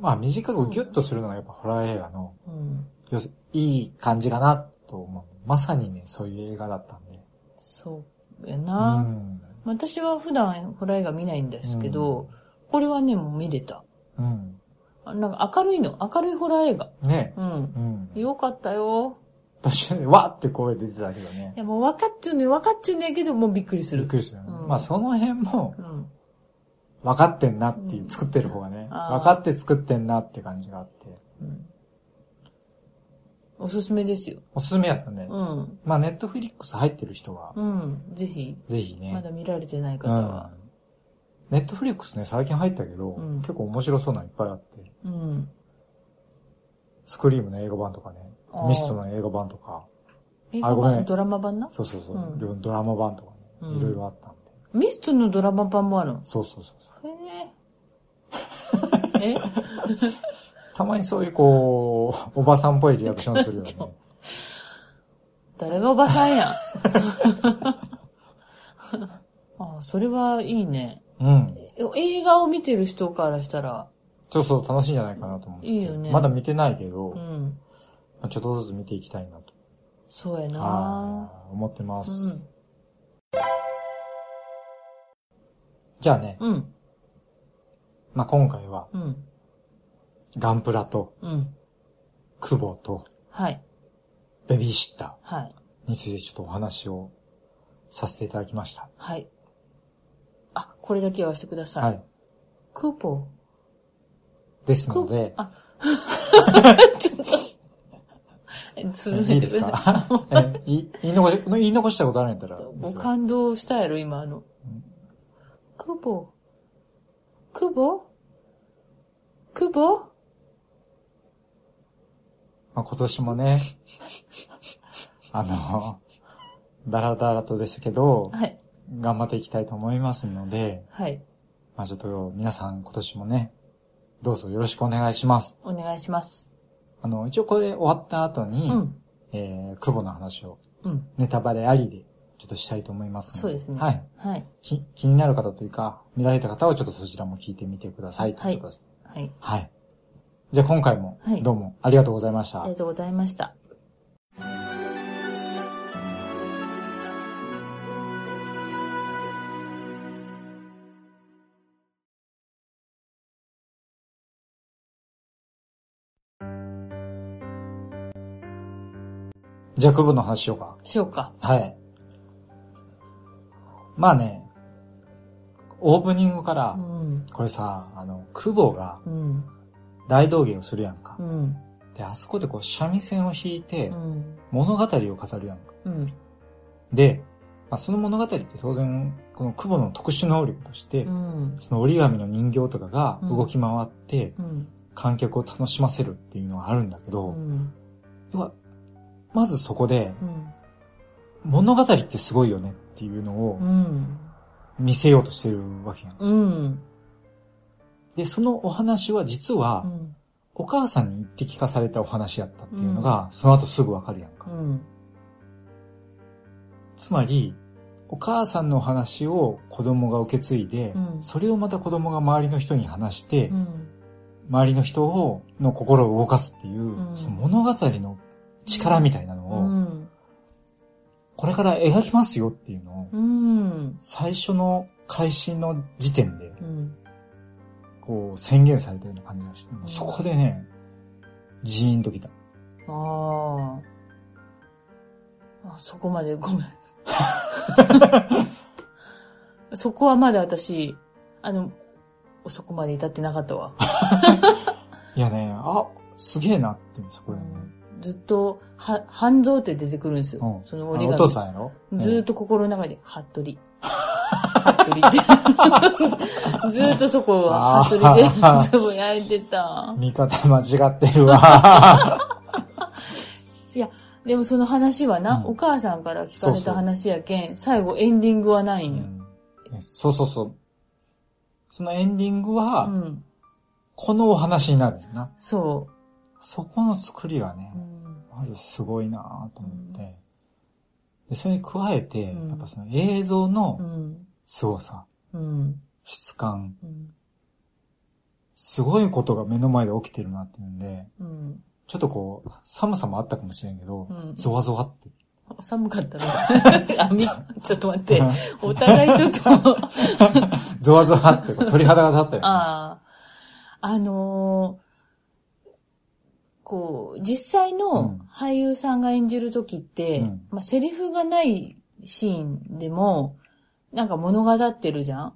Speaker 1: まあ短くギュッとするのがやっぱホラー映画の、
Speaker 2: あ。うん。
Speaker 1: 要するにいい感じかなと思う。まさにね、そういう映画だったんで。
Speaker 2: そうやな。
Speaker 1: うん
Speaker 2: 私は普段ホラー映画見ないんですけど、、これはね、もう見れた。
Speaker 1: うん。
Speaker 2: あなんか明るいの、明るいホラー映画。
Speaker 1: ね。
Speaker 2: うん。
Speaker 1: うん。
Speaker 2: よかったよ。
Speaker 1: 途中でわーって声出てたけどね
Speaker 2: い。や、もう分かっちゅうね、分かっちゅうねんやけど、もうびっくりす
Speaker 1: びっ
Speaker 2: る。
Speaker 1: くりしたよね
Speaker 2: うん。
Speaker 1: まあその辺も
Speaker 2: うん。
Speaker 1: 分かってんなっていうう、
Speaker 2: ん
Speaker 1: 作ってる方がね。
Speaker 2: あー
Speaker 1: 分かって作ってんなって感じがあって。
Speaker 2: うん。おすすめですよ。
Speaker 1: おすすめやったね。
Speaker 2: うん。
Speaker 1: まあネットフリックス入ってる人は、
Speaker 2: うん。ぜひ、
Speaker 1: ぜひ
Speaker 2: ま
Speaker 1: ね。
Speaker 2: だ見られてない方
Speaker 1: うん
Speaker 2: は。。
Speaker 1: ネットフリックスね、最近入ったけど、
Speaker 2: うん
Speaker 1: 結構面白そうなのいっぱいあって。
Speaker 2: うん。
Speaker 1: スクリームの映画版とかね
Speaker 2: あ。ー
Speaker 1: ミストの映画版とか。
Speaker 2: 映
Speaker 1: あ
Speaker 2: 画
Speaker 1: ごめ
Speaker 2: 版、
Speaker 1: ん
Speaker 2: ドラマ版な
Speaker 1: そうそうそう
Speaker 2: うん。
Speaker 1: 両ドラマ版とか
Speaker 2: うん
Speaker 1: ね。いろいろあったんで。
Speaker 2: ミストのドラマ版もあるん
Speaker 1: そうそうそう。
Speaker 2: へ
Speaker 1: (laughs)
Speaker 2: え。え
Speaker 1: たまにそういうこう、おばさんっぽいリアクションする
Speaker 2: (laughs)
Speaker 1: よね。
Speaker 2: 誰がおばさん
Speaker 1: (laughs)
Speaker 2: やん。あそれはいいね。
Speaker 1: うん。
Speaker 2: え映画を見てる人からしたら、
Speaker 1: そうそう、楽しいんじゃないかなと思って。
Speaker 2: いいよね
Speaker 1: まだ見てないけど、
Speaker 2: う
Speaker 1: ま
Speaker 2: ん。
Speaker 1: あちょっとずつ見ていきたいなと。
Speaker 2: そうやな
Speaker 1: はい思ってま
Speaker 2: う
Speaker 1: す
Speaker 2: ん。。
Speaker 1: じゃあね、
Speaker 2: うん。
Speaker 1: まあ今回は、
Speaker 2: うん。
Speaker 1: ガンプラと、
Speaker 2: うん。
Speaker 1: クボと、
Speaker 2: はい。
Speaker 1: ベビーシッタ
Speaker 2: はい。
Speaker 1: ーについてちょっとお話をさせていただきました。
Speaker 2: はい。あ、これだけはしてください。
Speaker 1: はい。
Speaker 2: クーポ
Speaker 1: (laughs)
Speaker 2: ン。
Speaker 1: です
Speaker 2: ク
Speaker 1: の
Speaker 2: ー
Speaker 1: で、
Speaker 2: あ、ちょっと。続
Speaker 1: い
Speaker 2: けて
Speaker 1: いで
Speaker 2: く
Speaker 1: す
Speaker 2: ださ
Speaker 1: か (laughs) え言い言い残し、言い残したことあるんやったら
Speaker 2: い。。も
Speaker 1: 別
Speaker 2: う
Speaker 1: に
Speaker 2: 感動したやろ、今あの
Speaker 1: うん。
Speaker 2: クボ。クボクボ
Speaker 1: まあ、今年もね、 (laughs) あの、だらだらとですけど、
Speaker 2: はい。
Speaker 1: 頑張っていきたいと思いますので、
Speaker 2: はい。
Speaker 1: まあちょっと皆さん今年もね、どうぞよろしくお願いします。
Speaker 2: お願いします。
Speaker 1: あの、一応これ終わった後
Speaker 2: う
Speaker 1: に、
Speaker 2: ん。
Speaker 1: えー、久保の話を
Speaker 2: うん。
Speaker 1: ネタバレありでちょっとしたいと思いますの
Speaker 2: そうですね。
Speaker 1: はい。。
Speaker 2: はい。
Speaker 1: き気になる方というか、見られた方はちょっとそちらも聞いてみてくださいということです。
Speaker 2: はい。
Speaker 1: はい。じゃあ今回も
Speaker 2: はい
Speaker 1: どうもありがとうございました。
Speaker 2: ありがとうございました。
Speaker 1: じゃあ久保の話しようか。
Speaker 2: しようか。
Speaker 1: はい。まあね、オープニングから
Speaker 2: う、ん。
Speaker 1: これさ、あの、久保が
Speaker 2: うん。
Speaker 1: 大道芸をするやんか
Speaker 2: う。ん。
Speaker 1: で、あそこでこう、三味線を弾いて
Speaker 2: う、ん。
Speaker 1: 物語を語るやんか。
Speaker 2: うん。
Speaker 1: で、まあ、その物語って当然、この久保の特殊能力として、
Speaker 2: うん。
Speaker 1: その折り紙の人形とかが
Speaker 2: うん
Speaker 1: 動き回って、
Speaker 2: うん。
Speaker 1: 観客を楽しませるっていうのはあるんだけ
Speaker 2: う
Speaker 1: ど、
Speaker 2: ん。
Speaker 1: 要はまずそこで、
Speaker 2: うん。
Speaker 1: 物語ってすごいよねっていうのを
Speaker 2: うん。
Speaker 1: 見せようとしてるわけやん。
Speaker 2: うん。
Speaker 1: で、そのお話は実は、
Speaker 2: うん。
Speaker 1: お母さんに言って聞かされたお話やったっていうのが、その後すぐわかるやんか。
Speaker 2: うん。
Speaker 1: つまり、お母さんのお話を子供が受け継いで、
Speaker 2: うん
Speaker 1: それをまた子供が周りの人に話して、
Speaker 2: うん。
Speaker 1: 周りの人を、の心を動かすっていう、
Speaker 2: うん
Speaker 1: その物語の力みたいなの
Speaker 2: う
Speaker 1: を、
Speaker 2: ん。
Speaker 1: これから描きますよっていうのを、
Speaker 2: うん。
Speaker 1: 最初の開始の時点で、
Speaker 2: うん。
Speaker 1: こう宣言されたような感じがして、
Speaker 2: ん
Speaker 1: そこでね、ジーンときた。
Speaker 2: ああ。あ、そこまでごめん。そこはまだ私、あの、そこまで至ってなかったわ。
Speaker 1: いやね、あ、すげえなって、そこでね。
Speaker 2: ずっと、は、半蔵って出てくるんです
Speaker 1: う
Speaker 2: よ
Speaker 1: ん。。
Speaker 2: その
Speaker 1: あ
Speaker 2: 折り
Speaker 1: のお
Speaker 2: 紙。
Speaker 1: 父さんやろ
Speaker 2: ずーっ
Speaker 1: と。
Speaker 2: と心の中で、服部。服部って。 (laughs) ずーっとそこは、
Speaker 1: あ
Speaker 2: 服
Speaker 1: ー
Speaker 2: 部で、そう焼いてた
Speaker 1: うん。見方間違ってる
Speaker 2: (laughs)
Speaker 1: わ。
Speaker 2: でもその話はな、
Speaker 1: うん
Speaker 2: お母さんから聞か
Speaker 1: そ
Speaker 2: れ
Speaker 1: うそ
Speaker 2: た
Speaker 1: う
Speaker 2: 話やけん、最後エンディングはない
Speaker 1: うん
Speaker 2: よ。
Speaker 1: んそうそうそう。そのエンディング
Speaker 2: う
Speaker 1: は、
Speaker 2: ん。
Speaker 1: このお話になるんだな。
Speaker 2: そ
Speaker 1: そこの作りがね
Speaker 2: う。う、ん。
Speaker 1: まずすごいなぁと思って。で、それに加えて、
Speaker 2: うん
Speaker 1: やっぱその映像
Speaker 2: う
Speaker 1: の
Speaker 2: ん。
Speaker 1: 凄さ、
Speaker 2: うん。
Speaker 1: 質感、
Speaker 2: うん。
Speaker 1: すごいことが目の前で起きてるなっていうんで、
Speaker 2: うん。
Speaker 1: ちょっとこう、寒さもあったかもしれんけど
Speaker 2: う、ん
Speaker 1: ゾワゾワって。
Speaker 2: 寒かった (laughs) な。あ、み、ちょっと待って。お互いちょっと、
Speaker 1: (laughs) ゾワゾワって、こう鳥肌が立ったよ、ね。
Speaker 2: ああ。あのーこう、実際の
Speaker 1: う
Speaker 2: 俳優さんが演じるときって、
Speaker 1: うん
Speaker 2: まあ、セリフがないシーンでも、なんか物語ってるじゃん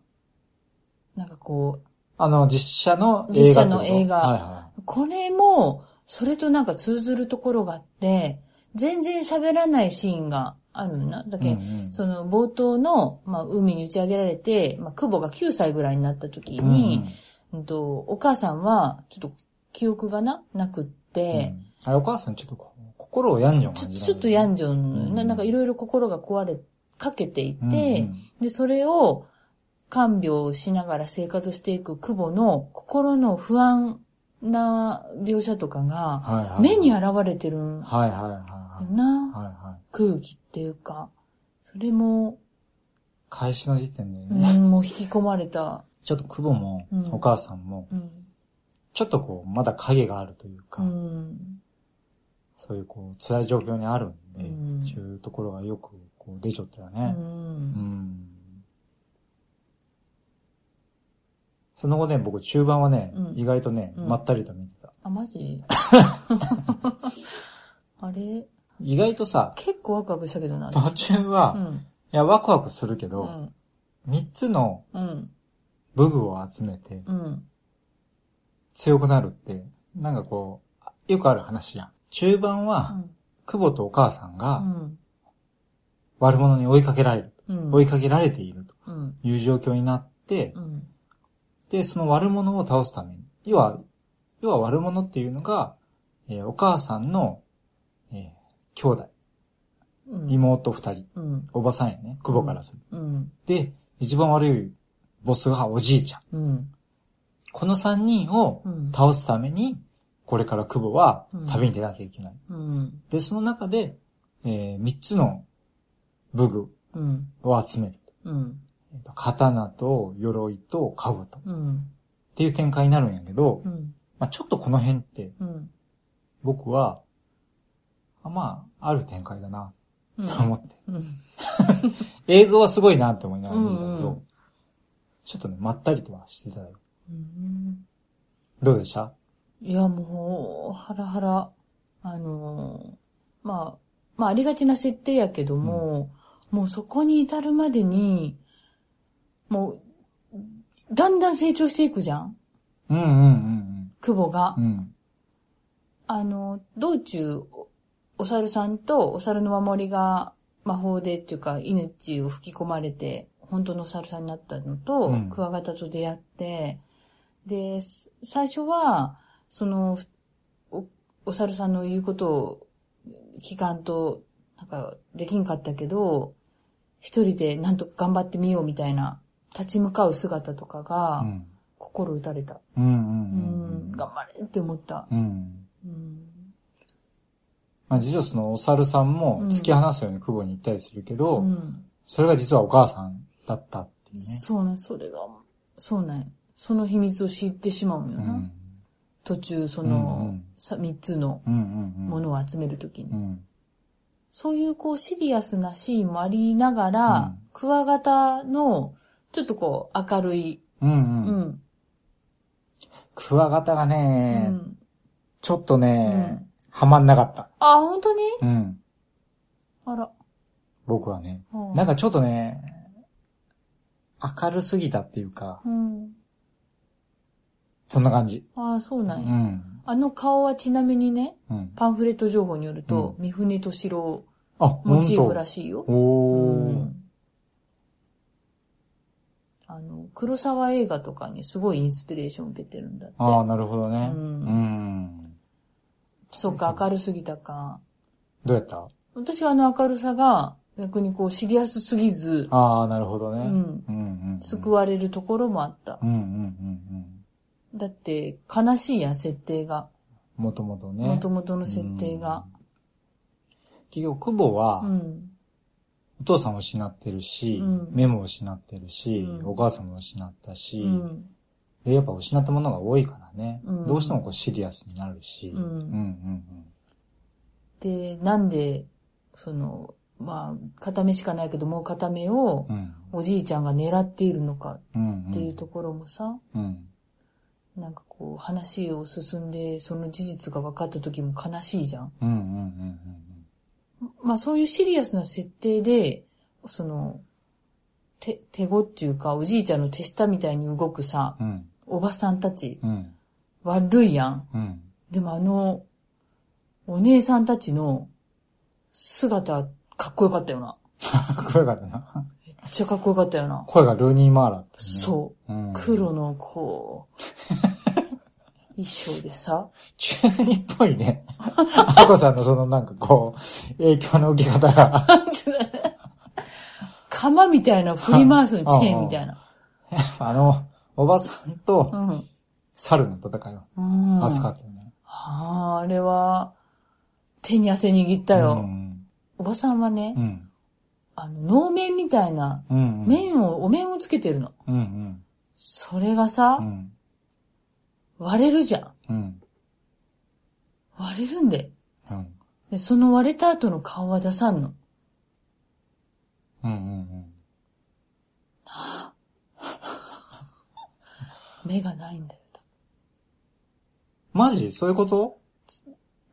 Speaker 2: なんかこう、
Speaker 1: あの、実写の映画ってこと。
Speaker 2: 実写の映画
Speaker 1: はいは
Speaker 2: これも、それとなんか通ずるところがあって、全然喋らないシーンがあるんだ。だ
Speaker 1: い。
Speaker 2: け、
Speaker 1: うんうん
Speaker 2: その冒頭の、まあ、海に打ち上げられて、まあ、久保が9歳ぐらいになった時に、うんと、お母さんは、ちょっと記憶がな、なくっ
Speaker 1: うんうん
Speaker 2: て、
Speaker 1: あれお母さんちょっとこう心を病んじゃう
Speaker 2: ちょ
Speaker 1: 感じ
Speaker 2: ちょっと病ん
Speaker 1: じ
Speaker 2: じゃうのよな、
Speaker 1: うん
Speaker 2: なんかいろいろ心が壊れ、かけていて、
Speaker 1: うんうん
Speaker 2: で、それを看病しながら生活していく久保の心の不安な描写とかが、
Speaker 1: はいはい。
Speaker 2: 目に
Speaker 1: はい
Speaker 2: 現れてるんだ
Speaker 1: はいはいはい。
Speaker 2: な、
Speaker 1: はいはい。
Speaker 2: 空気っていうか、それも、
Speaker 1: 開始の時点でね、
Speaker 2: うん、もう引き込まれた。
Speaker 1: ちょっと久保も
Speaker 2: うん
Speaker 1: お母さんも、
Speaker 2: うん。
Speaker 1: ちょっとこう、まだ影があるというか、
Speaker 2: うん。
Speaker 1: そういうこう、辛い状況にあるんで、
Speaker 2: うん
Speaker 1: っていうところがよくこう出ちゃったよ
Speaker 2: う
Speaker 1: ね。うん。
Speaker 2: ん。
Speaker 1: その後ね、僕中盤はね、
Speaker 2: うん
Speaker 1: 意外とね、
Speaker 2: うん
Speaker 1: まったりと見てた。
Speaker 2: あ、マ
Speaker 1: (laughs)
Speaker 2: ジ (laughs) あれ
Speaker 1: 意外とさ、
Speaker 2: 結構ワクワクしたけどな。あれ
Speaker 1: 途中
Speaker 2: う
Speaker 1: は、
Speaker 2: ん。
Speaker 1: いや、ワクワクするけ
Speaker 2: う
Speaker 1: ど、
Speaker 2: ん。
Speaker 1: 三つの
Speaker 2: うん。
Speaker 1: 武具を集めて
Speaker 2: うん。
Speaker 1: 強くなるって、なんかこう、よくある話やん。中盤は、久保とお母さん
Speaker 2: う
Speaker 1: が
Speaker 2: ん。
Speaker 1: 悪者に追いかけられる、
Speaker 2: うん。
Speaker 1: 追いかけられていると
Speaker 2: うん。
Speaker 1: いう状況になって、
Speaker 2: うん。
Speaker 1: で、その悪者を倒すために、要は、要は悪者っていうのが、えーお母さんの、えー兄弟、
Speaker 2: うん。
Speaker 1: 妹二人、
Speaker 2: うん。
Speaker 1: おばさんやね、久保からす
Speaker 2: う
Speaker 1: る。
Speaker 2: ん。
Speaker 1: で、一番悪いボスがおじいちゃん。
Speaker 2: うん。
Speaker 1: この三人を
Speaker 2: うん。
Speaker 1: 倒すために、これから久保は
Speaker 2: うん
Speaker 1: 旅に出なきゃいけない。
Speaker 2: うん。
Speaker 1: で、その中で、えー三つの武具
Speaker 2: うん。
Speaker 1: を集める。
Speaker 2: うん。
Speaker 1: えっと刀と鎧と兜っ
Speaker 2: うん。
Speaker 1: ていう展開になるんやけど、
Speaker 2: うん。
Speaker 1: まあちょっとこの辺って
Speaker 2: うん。
Speaker 1: 僕は、あまあ、ある展開だな、
Speaker 2: うん。
Speaker 1: と思って。
Speaker 2: うん。
Speaker 1: 映像はすごいなって思いながら見たけど、
Speaker 2: うんうん
Speaker 1: ちょっとね、まったりとはしてたよ。
Speaker 2: うん。
Speaker 1: どうでした
Speaker 2: いや、もう、ハラハラ。あのーまあ、まあ、ありがちな設定やけども、もうそこに至るまでに、もう、だんだん成長していくじゃん
Speaker 1: うんうんうん
Speaker 2: 久保が。
Speaker 1: うん。うん。
Speaker 2: あの、道中、おお猿さんとお猿の守りが魔法でっていうか、命を吹き込まれて、本当のお猿さんになったのと、
Speaker 1: うん
Speaker 2: クワガタと出会って、で、す最初は、その、ふお、お猿さんの言うことを、聞かんと、なんか、できんかったけど、一人でなんとか頑張ってみようみたいな、立ち向かう姿とか
Speaker 1: う
Speaker 2: が、
Speaker 1: ん。
Speaker 2: 心打たれた。
Speaker 1: うんう
Speaker 2: うんん、
Speaker 1: うん。
Speaker 2: 頑張れって思った。
Speaker 1: うん。
Speaker 2: うん
Speaker 1: まあ、実はそのお猿さんも
Speaker 2: うん
Speaker 1: 突き放すように久保に行ったりするけど、
Speaker 2: うん
Speaker 1: それが実はお母さんだったっていうね。
Speaker 2: そうね、それが、そうね、その秘密を知ってしまうの
Speaker 1: う
Speaker 2: よ
Speaker 1: ん。う
Speaker 2: な。
Speaker 1: ん
Speaker 2: 途中、そ
Speaker 1: うんう
Speaker 2: の
Speaker 1: ん、
Speaker 2: さ三つの
Speaker 1: うんうん。
Speaker 2: ものを集めるときに。
Speaker 1: うん。
Speaker 2: そういうこうシリアスなシーンもありながら、
Speaker 1: うん
Speaker 2: クワガタの、ちょっとこう明るい、
Speaker 1: うん
Speaker 2: う
Speaker 1: うん。
Speaker 2: ん、
Speaker 1: クワガタが
Speaker 2: う
Speaker 1: ね、
Speaker 2: ん。
Speaker 1: ちょっとね、
Speaker 2: う
Speaker 1: はまんなかった。
Speaker 2: あ、本当に
Speaker 1: うん。
Speaker 2: あら。
Speaker 1: 僕はね。
Speaker 2: うん
Speaker 1: なんかちょっとね、明るすぎたっていうか、
Speaker 2: うん。
Speaker 1: そんな感じ。
Speaker 2: あそう
Speaker 1: う
Speaker 2: なんや。
Speaker 1: ん。
Speaker 2: あの顔はちなみにね、
Speaker 1: うん。
Speaker 2: パンフレット情報によると、
Speaker 1: う
Speaker 2: 三船敏郎
Speaker 1: あ、
Speaker 2: モ
Speaker 1: 本
Speaker 2: チーフら
Speaker 1: 当。
Speaker 2: しいよ。う
Speaker 1: おー。
Speaker 2: んあの、黒沢映画とかにすごいインスピレーションを受けてるんだって。
Speaker 1: ああ、なるほどね。
Speaker 2: う
Speaker 1: うんん。
Speaker 2: そっか、明るすぎたか。
Speaker 1: どうやった
Speaker 2: 私はあの明るさが逆にこうシリアスすぎず、
Speaker 1: ああ、なるほど
Speaker 2: うん、
Speaker 1: ね。うんうんうん。
Speaker 2: 救われるところもあった。
Speaker 1: うんうんうん
Speaker 2: だって悲しいやん、設定が。
Speaker 1: うん。もともとね。
Speaker 2: 元々の設定が。
Speaker 1: うん。結局、久保は
Speaker 2: う、ん。
Speaker 1: お父さんを失ってるし
Speaker 2: うん、
Speaker 1: 目も失ってるし
Speaker 2: う、ん
Speaker 1: お母さんも失った
Speaker 2: う
Speaker 1: し、
Speaker 2: ん。
Speaker 1: で、やっぱ失ったものが多いからね。
Speaker 2: うん
Speaker 1: どうしてもこうシリアスになるし。
Speaker 2: うん
Speaker 1: うんうん
Speaker 2: で、なんで、その、まあ、片目しかないけど、もう片目を
Speaker 1: うん。うん。
Speaker 2: おじいちゃんが狙っているのか
Speaker 1: うん、
Speaker 2: っていうところもさ、
Speaker 1: うん。
Speaker 2: なんかこう、話を進んで、その事実が分かった時も悲しいじゃん。
Speaker 1: うんうんうん
Speaker 2: まあそういうシリアスな設定で、その、手、手ごっていうか、おじいちゃんの手下みたいに動くさ、
Speaker 1: うん。うん。
Speaker 2: おばさんたち、
Speaker 1: うん。
Speaker 2: 悪いやん。
Speaker 1: うん。
Speaker 2: でもあの、お姉さんたちの姿、かっこよかったよな。
Speaker 1: 声がな。
Speaker 2: めっちゃかっこよかったよな。
Speaker 1: 声がルーニー・マーラって、ね。。
Speaker 2: そう
Speaker 1: うん
Speaker 2: う。、黒のこう、衣装でさ、
Speaker 1: 中二っぽいね。あこさんのそのなんかこう、影響の受け
Speaker 2: (laughs)
Speaker 1: 方が。
Speaker 2: 釜みたいな振り回すのチェーンみたいな。
Speaker 1: あの、おばさん
Speaker 2: う
Speaker 1: と
Speaker 2: ん。
Speaker 1: 猿の戦いは
Speaker 2: うん。
Speaker 1: 熱かったよね。
Speaker 2: ああ、あれは、手に汗握ったよ。
Speaker 1: うん。
Speaker 2: おばさんはね、
Speaker 1: うん。
Speaker 2: あの、能面みたいな、
Speaker 1: うん。うん。
Speaker 2: 面を、お面をつけてるの。
Speaker 1: うんうん。
Speaker 2: それがさ、
Speaker 1: うん。
Speaker 2: 割れるじゃん。
Speaker 1: うん。
Speaker 2: 割れるんで
Speaker 1: うん。
Speaker 2: で。その割れた後の顔は出さんの。
Speaker 1: うんうん
Speaker 2: 目がないんだよ。
Speaker 1: マジそういうこと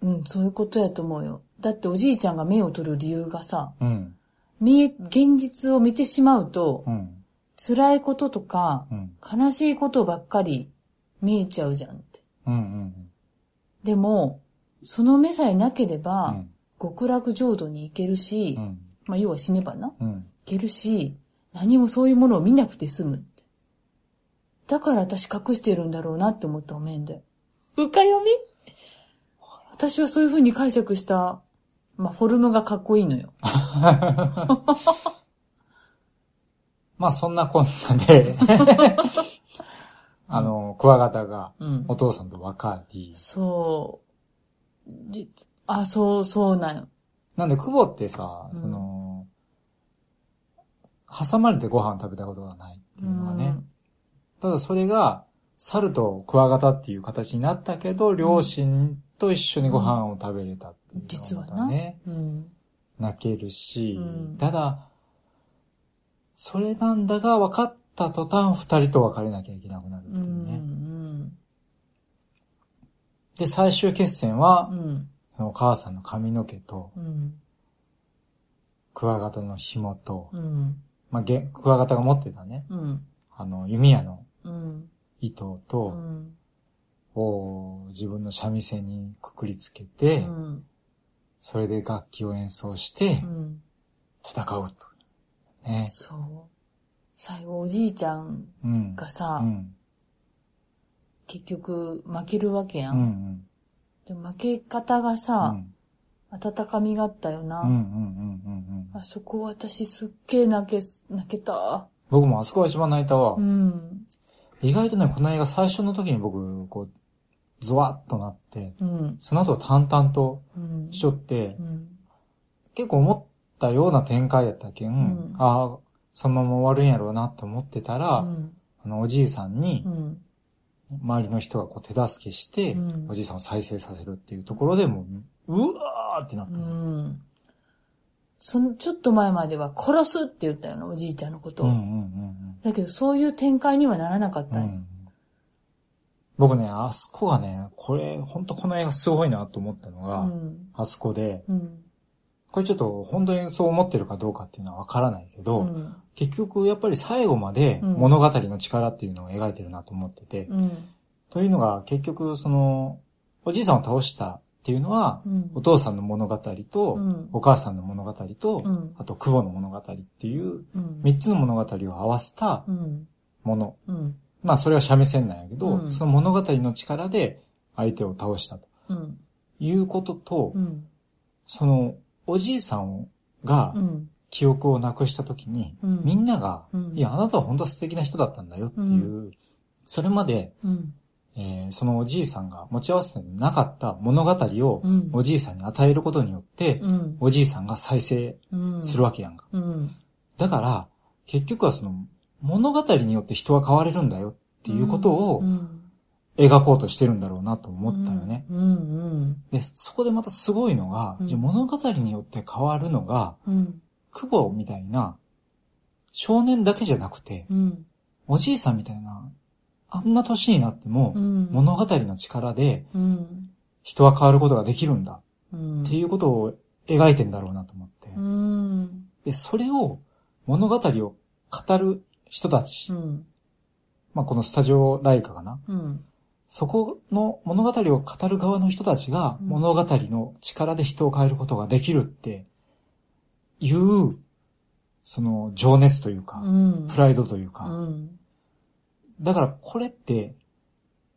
Speaker 2: うん、そういうことやと思うよ。だっておじいちゃんが目を取る理由がさ、
Speaker 1: うん。
Speaker 2: 見え、現実を見てしまうと、
Speaker 1: うん。
Speaker 2: 辛いこととか、
Speaker 1: うん。
Speaker 2: 悲しいことばっかり見えちゃうじゃんって。
Speaker 1: うん。うん。
Speaker 2: でも、その目さえなけれ
Speaker 1: う
Speaker 2: ば、
Speaker 1: ん。
Speaker 2: 極楽浄土に行けるし、
Speaker 1: うん。
Speaker 2: まあ要は死ねばな、
Speaker 1: うん。
Speaker 2: 行けるし、何もそういうものを見なくて済むって。だから私隠してるんだろうなって思ったお面で。深読み私はそういう風に解釈した、まあフォルムがかっこいいのよ。
Speaker 1: まあそんなこんなで、あの、クワガタが
Speaker 2: うん
Speaker 1: お。父さんと分かり、
Speaker 2: そう。であ、そう、そうなの。
Speaker 1: なんで久保ってさ、
Speaker 2: うん
Speaker 1: その、挟まれてご飯食べたことがないっていうのがね、ただそれが、猿とクワガタっていう形になったけど、両親と一緒にご飯を食べれたっていう
Speaker 2: 実
Speaker 1: の
Speaker 2: は
Speaker 1: がまた
Speaker 2: な
Speaker 1: ね、
Speaker 2: うん。うん。
Speaker 1: 泣けるし、
Speaker 2: うん
Speaker 1: ただ、それなんだが分かった途端二人と別れなきゃいけなくなるって
Speaker 2: う
Speaker 1: い
Speaker 2: ん。
Speaker 1: うね。で、最終決戦は、
Speaker 2: うん。
Speaker 1: そのお母さんの髪の毛と、
Speaker 2: うん。
Speaker 1: クワガタの紐と、
Speaker 2: うん。
Speaker 1: まあ、げクワガタが持ってたね、
Speaker 2: うん。
Speaker 1: あの、弓矢の
Speaker 2: うん。
Speaker 1: 糸
Speaker 2: う
Speaker 1: と、
Speaker 2: ん。
Speaker 1: を自分の三味線にくくりつけて、
Speaker 2: うん。
Speaker 1: それで楽器を演奏して
Speaker 2: う、ん。
Speaker 1: 戦うと。ね。
Speaker 2: そう。最後おじいちゃん
Speaker 1: うん。
Speaker 2: がさ、
Speaker 1: うん。
Speaker 2: 結局負けるわけや。
Speaker 1: うんん。
Speaker 2: でも負け方が
Speaker 1: うん。う
Speaker 2: さ、
Speaker 1: ん。
Speaker 2: 温かみがあったよな。
Speaker 1: うん。うん。うん。うん
Speaker 2: あそこ私すっげえ泣けす、泣けた。
Speaker 1: 僕もあそこが一番泣いたわ
Speaker 2: う。ん。
Speaker 1: 意外とね、この映画最初の時に僕、こう、ゾワッとなって、
Speaker 2: うん。
Speaker 1: その後淡々と
Speaker 2: うん。
Speaker 1: しとって
Speaker 2: う、ん。
Speaker 1: 結構思ったような展開やったけ
Speaker 2: ん
Speaker 1: ん、ああ、そのまま終わるんやろうなって思ってた
Speaker 2: う
Speaker 1: ら、
Speaker 2: ん。
Speaker 1: あの、おじいさんに
Speaker 2: う、ん。
Speaker 1: 周りの人がこう手助けして、
Speaker 2: うん
Speaker 1: おじいさんを再生させるっていうところでもう、うわーってなった
Speaker 2: う
Speaker 1: の。
Speaker 2: ん。その、ちょっと前までは殺すって言ったよな、おじいちゃんのことを。
Speaker 1: うんうん
Speaker 2: だけど、そういう展開にはならなかっ
Speaker 1: うんう
Speaker 2: た
Speaker 1: ん。う
Speaker 2: よ。
Speaker 1: ん僕ね、あそこがね、これ、ほんとこの映画すごいなと思ったの
Speaker 2: う
Speaker 1: が、
Speaker 2: ん。
Speaker 1: あそこで、
Speaker 2: うん。
Speaker 1: これちょっと本当にそう思ってるかどうかっていうのはわからないけ
Speaker 2: う
Speaker 1: ど、
Speaker 2: ん。
Speaker 1: 結局やっぱり最後まで
Speaker 2: うん
Speaker 1: 物語の力っていうのを描いてるなと思ってて、
Speaker 2: うん。
Speaker 1: というのが結局その、おじいさんを倒したっていうのは、
Speaker 2: うん。
Speaker 1: お父さんの物語と、
Speaker 2: うん
Speaker 1: お母さんの物語と、
Speaker 2: うん
Speaker 1: あと久保の物語っていう、
Speaker 2: うん。
Speaker 1: 三つの物語を合わせた
Speaker 2: うん。
Speaker 1: もの。
Speaker 2: うん。
Speaker 1: まあそれは三味線なんやけど、
Speaker 2: うん
Speaker 1: その物語の力で相手を倒したと
Speaker 2: うん。
Speaker 1: いうことと、
Speaker 2: うん。
Speaker 1: そのおじいさんが
Speaker 2: うん。
Speaker 1: 記憶をなくした時に、
Speaker 2: うん
Speaker 1: みんなが、
Speaker 2: うん
Speaker 1: いやあなたは本当は素敵な人だったんだよっていう、
Speaker 2: う
Speaker 1: それまで、
Speaker 2: うん。
Speaker 1: えーそのおじいさんが持ち合わせてなかった物語を
Speaker 2: うん
Speaker 1: おじいさんに与えることによって、
Speaker 2: うん。
Speaker 1: おじいさんが再生
Speaker 2: うん。
Speaker 1: するわけやんか。
Speaker 2: うん。
Speaker 1: だから、結局はその、物語によって人は変われるんだよっていうこと
Speaker 2: う
Speaker 1: を
Speaker 2: ん
Speaker 1: 描こうとしてるんだろうなと思ったよね。。
Speaker 2: うん。
Speaker 1: で、そこでまたすごいのが、
Speaker 2: うん
Speaker 1: じゃあ物語によって変わるのが、
Speaker 2: うん。うん。
Speaker 1: 久保みたいな、少年だけじゃなくて、
Speaker 2: うん。
Speaker 1: おじいさんみたいな、あんな年になっても
Speaker 2: う、ん。
Speaker 1: 物語の力で
Speaker 2: うん。
Speaker 1: 人は変わることができるんだ
Speaker 2: うん。
Speaker 1: っていうことを描いてんだろうなと思って。
Speaker 2: うん。
Speaker 1: で、それを物語を語る人たち
Speaker 2: うん。
Speaker 1: まあ、このスタジオライカかな。
Speaker 2: うん。
Speaker 1: そこの物語を語る側の人たちが
Speaker 2: うん
Speaker 1: 物語の力で人を変えることができるっていう、その情熱というか、
Speaker 2: うん。
Speaker 1: プライドというか、
Speaker 2: うん。
Speaker 1: だからこれって、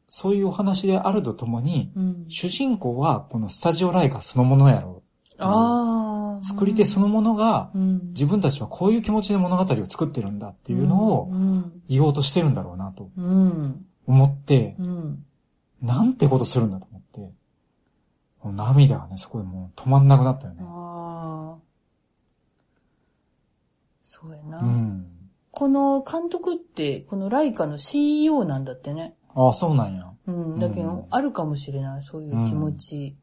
Speaker 1: そういうお話であるとともに、
Speaker 2: うん。
Speaker 1: 主人公はこのスタジオライカそのものやろう。
Speaker 2: ああ。
Speaker 1: 作り手そのものが、
Speaker 2: うん。
Speaker 1: 自分たちはこういう気持ちで物語を作ってるんだっていうの
Speaker 2: う
Speaker 1: を
Speaker 2: ん。
Speaker 1: 言おうとしてるんだろうなと
Speaker 2: うん。
Speaker 1: 思って、
Speaker 2: うん。
Speaker 1: なんてことするんだと思って、もう涙がね、そこでもう止まんなくなったよね。
Speaker 2: ああ。そうやな。
Speaker 1: うん。
Speaker 2: この監督って、このライカの CEO なんだってね。
Speaker 1: ああ、そうなんや。
Speaker 2: うん。だけど、
Speaker 1: うん
Speaker 2: あるかもしれない、そういう気持ち。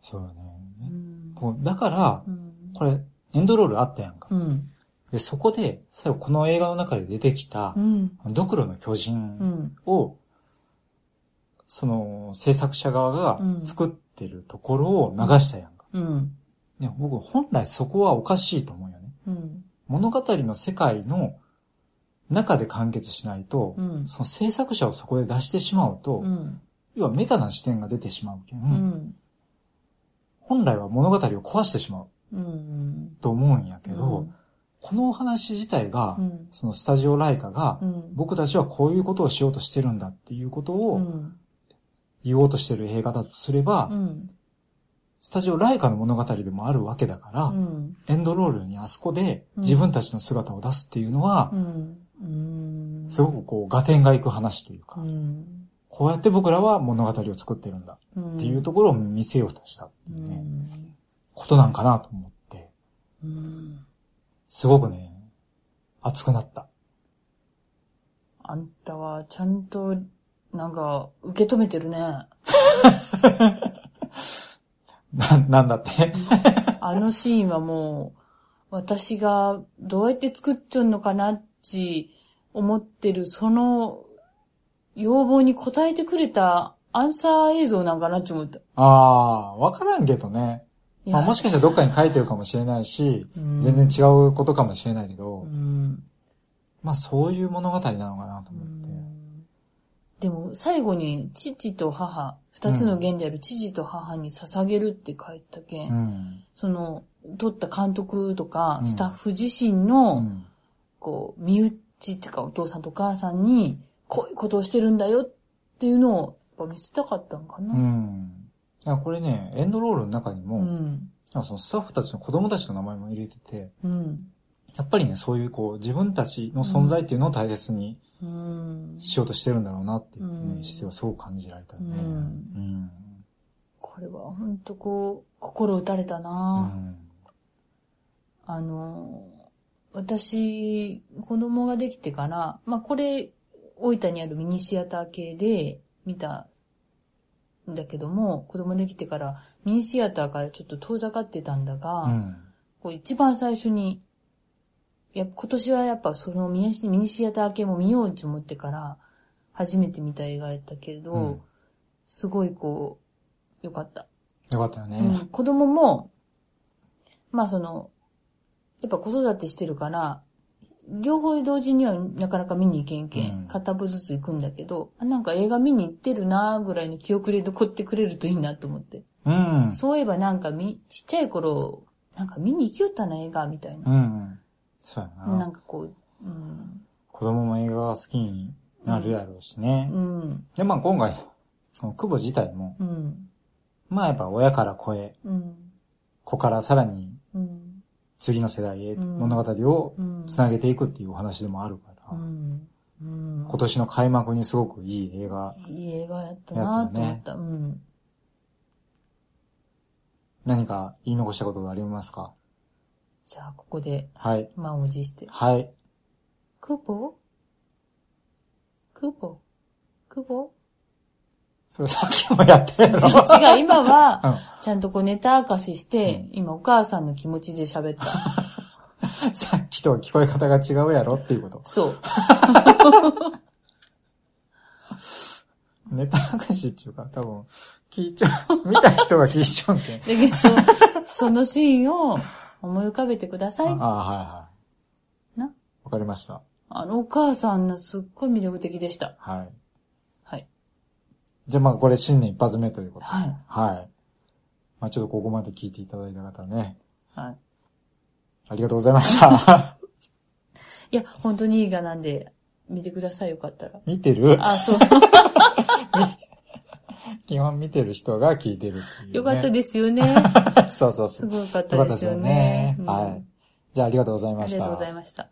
Speaker 1: そうよね。
Speaker 2: うん。
Speaker 1: こうだから
Speaker 2: う、ん。
Speaker 1: これ、エンドロールあったやんか。
Speaker 2: うん。
Speaker 1: で、そこで、最後この映画の中で出てきた
Speaker 2: う、ん。
Speaker 1: ドクロの巨
Speaker 2: う
Speaker 1: 人
Speaker 2: ん。
Speaker 1: を、その、制作者側
Speaker 2: う
Speaker 1: が
Speaker 2: ん
Speaker 1: 作ってるところを流したやんか。
Speaker 2: うん。
Speaker 1: でも僕、本来そこはおかしいと思うよね。
Speaker 2: ううん。
Speaker 1: 物語の世界の中で完結しないと
Speaker 2: う、ん。
Speaker 1: その制作者をそこで出してしまうと
Speaker 2: う、ん。
Speaker 1: 要はメタな視点が出てしまうけ、
Speaker 2: うんん。
Speaker 1: 本来は物語を壊してしまう
Speaker 2: うん。
Speaker 1: と思うんやけど、このお話自体が
Speaker 2: う、ん。
Speaker 1: そのスタジオライカが
Speaker 2: う、ん。
Speaker 1: 僕たちはこういうことをしようとしてるんだっていうこと
Speaker 2: う
Speaker 1: を
Speaker 2: ん。
Speaker 1: 言おうとしてる映画だとすれば
Speaker 2: う、ん。
Speaker 1: スタジオライカの物語でもあるわけだから、
Speaker 2: うん。
Speaker 1: エンドロールにあそこで自分たちの姿を出すっていうのは
Speaker 2: う、ん。うん。
Speaker 1: すごくこう、合点がいく話というか、
Speaker 2: うん。
Speaker 1: こうやって僕らは物語を作ってるんだ
Speaker 2: うん。
Speaker 1: っていうところを見せようとしたって
Speaker 2: う
Speaker 1: いうね、
Speaker 2: ん。
Speaker 1: ことなんかなと思って、
Speaker 2: うん。
Speaker 1: すごくね、熱くなった。 (laughs)
Speaker 2: あんたはちゃんと、なんか、受け止めて
Speaker 1: (laughs)
Speaker 2: るね。
Speaker 1: な、なんだって。
Speaker 2: あのシーンはもう、私がどうやって作っちゃうのかなっち思ってる、その要望に応えてくれたアンサー映像なんかなって思った。
Speaker 1: ああー、わからんけどね。
Speaker 2: い
Speaker 1: まあもし
Speaker 2: か
Speaker 1: かしたらどっかに書いてるかもしれないし、
Speaker 2: 全
Speaker 1: 全然違うことかもしれないけ
Speaker 2: う
Speaker 1: ど、
Speaker 2: ん。
Speaker 1: まあそういう物語なのかなと
Speaker 2: う
Speaker 1: 思って。
Speaker 2: んでも、最後に、父と母、二つの弦である父と母に捧げるって書いたけん、
Speaker 1: うん。
Speaker 2: その、撮った監督とか
Speaker 1: う、ん
Speaker 2: スタッフ自身
Speaker 1: う
Speaker 2: の、
Speaker 1: ん。
Speaker 2: こう、身内っていうかお父さんとお母さんに、こういうことをしてるんだよっていうのを、やっぱ見せたかったんか
Speaker 1: う
Speaker 2: な。
Speaker 1: ん。いや、これね、エンドロールの中にも、
Speaker 2: うん。
Speaker 1: なんかそのスタッフたちの子供たちの名前も入れてて、
Speaker 2: うん。
Speaker 1: やっぱりね、そういうこう、自分たちの存在っていうのを大切に
Speaker 2: うん。
Speaker 1: しようとしてるんだろうなっていうね、
Speaker 2: うん
Speaker 1: 姿勢はすごく感じられたね。
Speaker 2: うん
Speaker 1: うん。
Speaker 2: これは本当こう、心打たれた
Speaker 1: う
Speaker 2: な、
Speaker 1: ん。
Speaker 2: あの、私、子供ができてから、まあ、これ、大分にあるミニシアター系で見たんだけども、子供できてから、ミニシアターからちょっと遠ざかってたんだが、
Speaker 1: うん。
Speaker 2: こう一番最初に、いや今年はやっぱそのミニシミニシアター系も見ようと思ってから、初めて見た映画やったけど、
Speaker 1: うん
Speaker 2: すごいこう、よかった。
Speaker 1: よかったよね。
Speaker 2: うん、子供も、まあその、やっぱ子育てしてるから、両方同時にはなかなか見に行けんけん、
Speaker 1: うん
Speaker 2: 片部ずつ行くんだけど、あなんか映画見に行ってるなーぐらいの記憶で残ってくれるといいなと思って。
Speaker 1: うん。
Speaker 2: そういえばなんかみ、ちっちゃい頃、なんか見に行きよったな映画みたいな
Speaker 1: う。ん。そうやな。
Speaker 2: なんかこう、うん。
Speaker 1: 子供も映画が好きになるやろうしね。
Speaker 2: うん。
Speaker 1: で、まあ今回、この久保自体も、
Speaker 2: うん。
Speaker 1: まあやっぱ親から子へ、
Speaker 2: うん。
Speaker 1: 子からさらに
Speaker 2: うん。
Speaker 1: 次の世代へ
Speaker 2: うん
Speaker 1: 物語を
Speaker 2: うん。
Speaker 1: つなげていくっていうお話でもあるから、
Speaker 2: うん。うん。
Speaker 1: 今年の開幕にすごくいい映画、
Speaker 2: いい映画やったなと思った。うん。
Speaker 1: 何か言い残したことがありますか
Speaker 2: じゃあ、ここで、
Speaker 1: はい。
Speaker 2: 満を持して。
Speaker 1: はい。
Speaker 2: クボクボクボ
Speaker 1: それさっきもやって
Speaker 2: (laughs)
Speaker 1: るの
Speaker 2: 違う、今
Speaker 1: う
Speaker 2: は、
Speaker 1: ん
Speaker 2: ちゃんとこうネタ明かしして、今お母さんの気持ちで喋
Speaker 1: (laughs)
Speaker 2: った。
Speaker 1: さっきとは聞こえ方が違うやろっていうこと。
Speaker 2: そう。
Speaker 1: ネタ明かしっていうか、多分、聞いちゃう、見た人が聞いちゃうんけん。
Speaker 2: だけど、そそのシーンを思い浮かべてください
Speaker 1: あ。あ、はいはい。
Speaker 2: な
Speaker 1: わかりました。
Speaker 2: あのお母さんのすっごい魅力的でした。
Speaker 1: はい。
Speaker 2: はい。
Speaker 1: じゃあまあこれ新年一発目ということで。
Speaker 2: はい。
Speaker 1: はい。まあちょっとここまで聞いていただいた方ね、
Speaker 2: はい。
Speaker 1: ありがとうござい
Speaker 2: (laughs)
Speaker 1: ました。
Speaker 2: いや、本当にいい映画なんで、見てくださいよかったら。
Speaker 1: 見てる
Speaker 2: あ、そう。
Speaker 1: 基本見てる人が聞いてるっていう、ね。
Speaker 2: よかったですよね。
Speaker 1: (laughs) す。そうそうそ
Speaker 2: す
Speaker 1: う。
Speaker 2: ごいよかっ
Speaker 1: よか
Speaker 2: た
Speaker 1: った
Speaker 2: で
Speaker 1: ですすよ
Speaker 2: よね
Speaker 1: ね。。
Speaker 2: うん
Speaker 1: はい。じゃあありがとうござい
Speaker 2: あ
Speaker 1: ま
Speaker 2: り
Speaker 1: し
Speaker 2: が
Speaker 1: た。
Speaker 2: とうございました。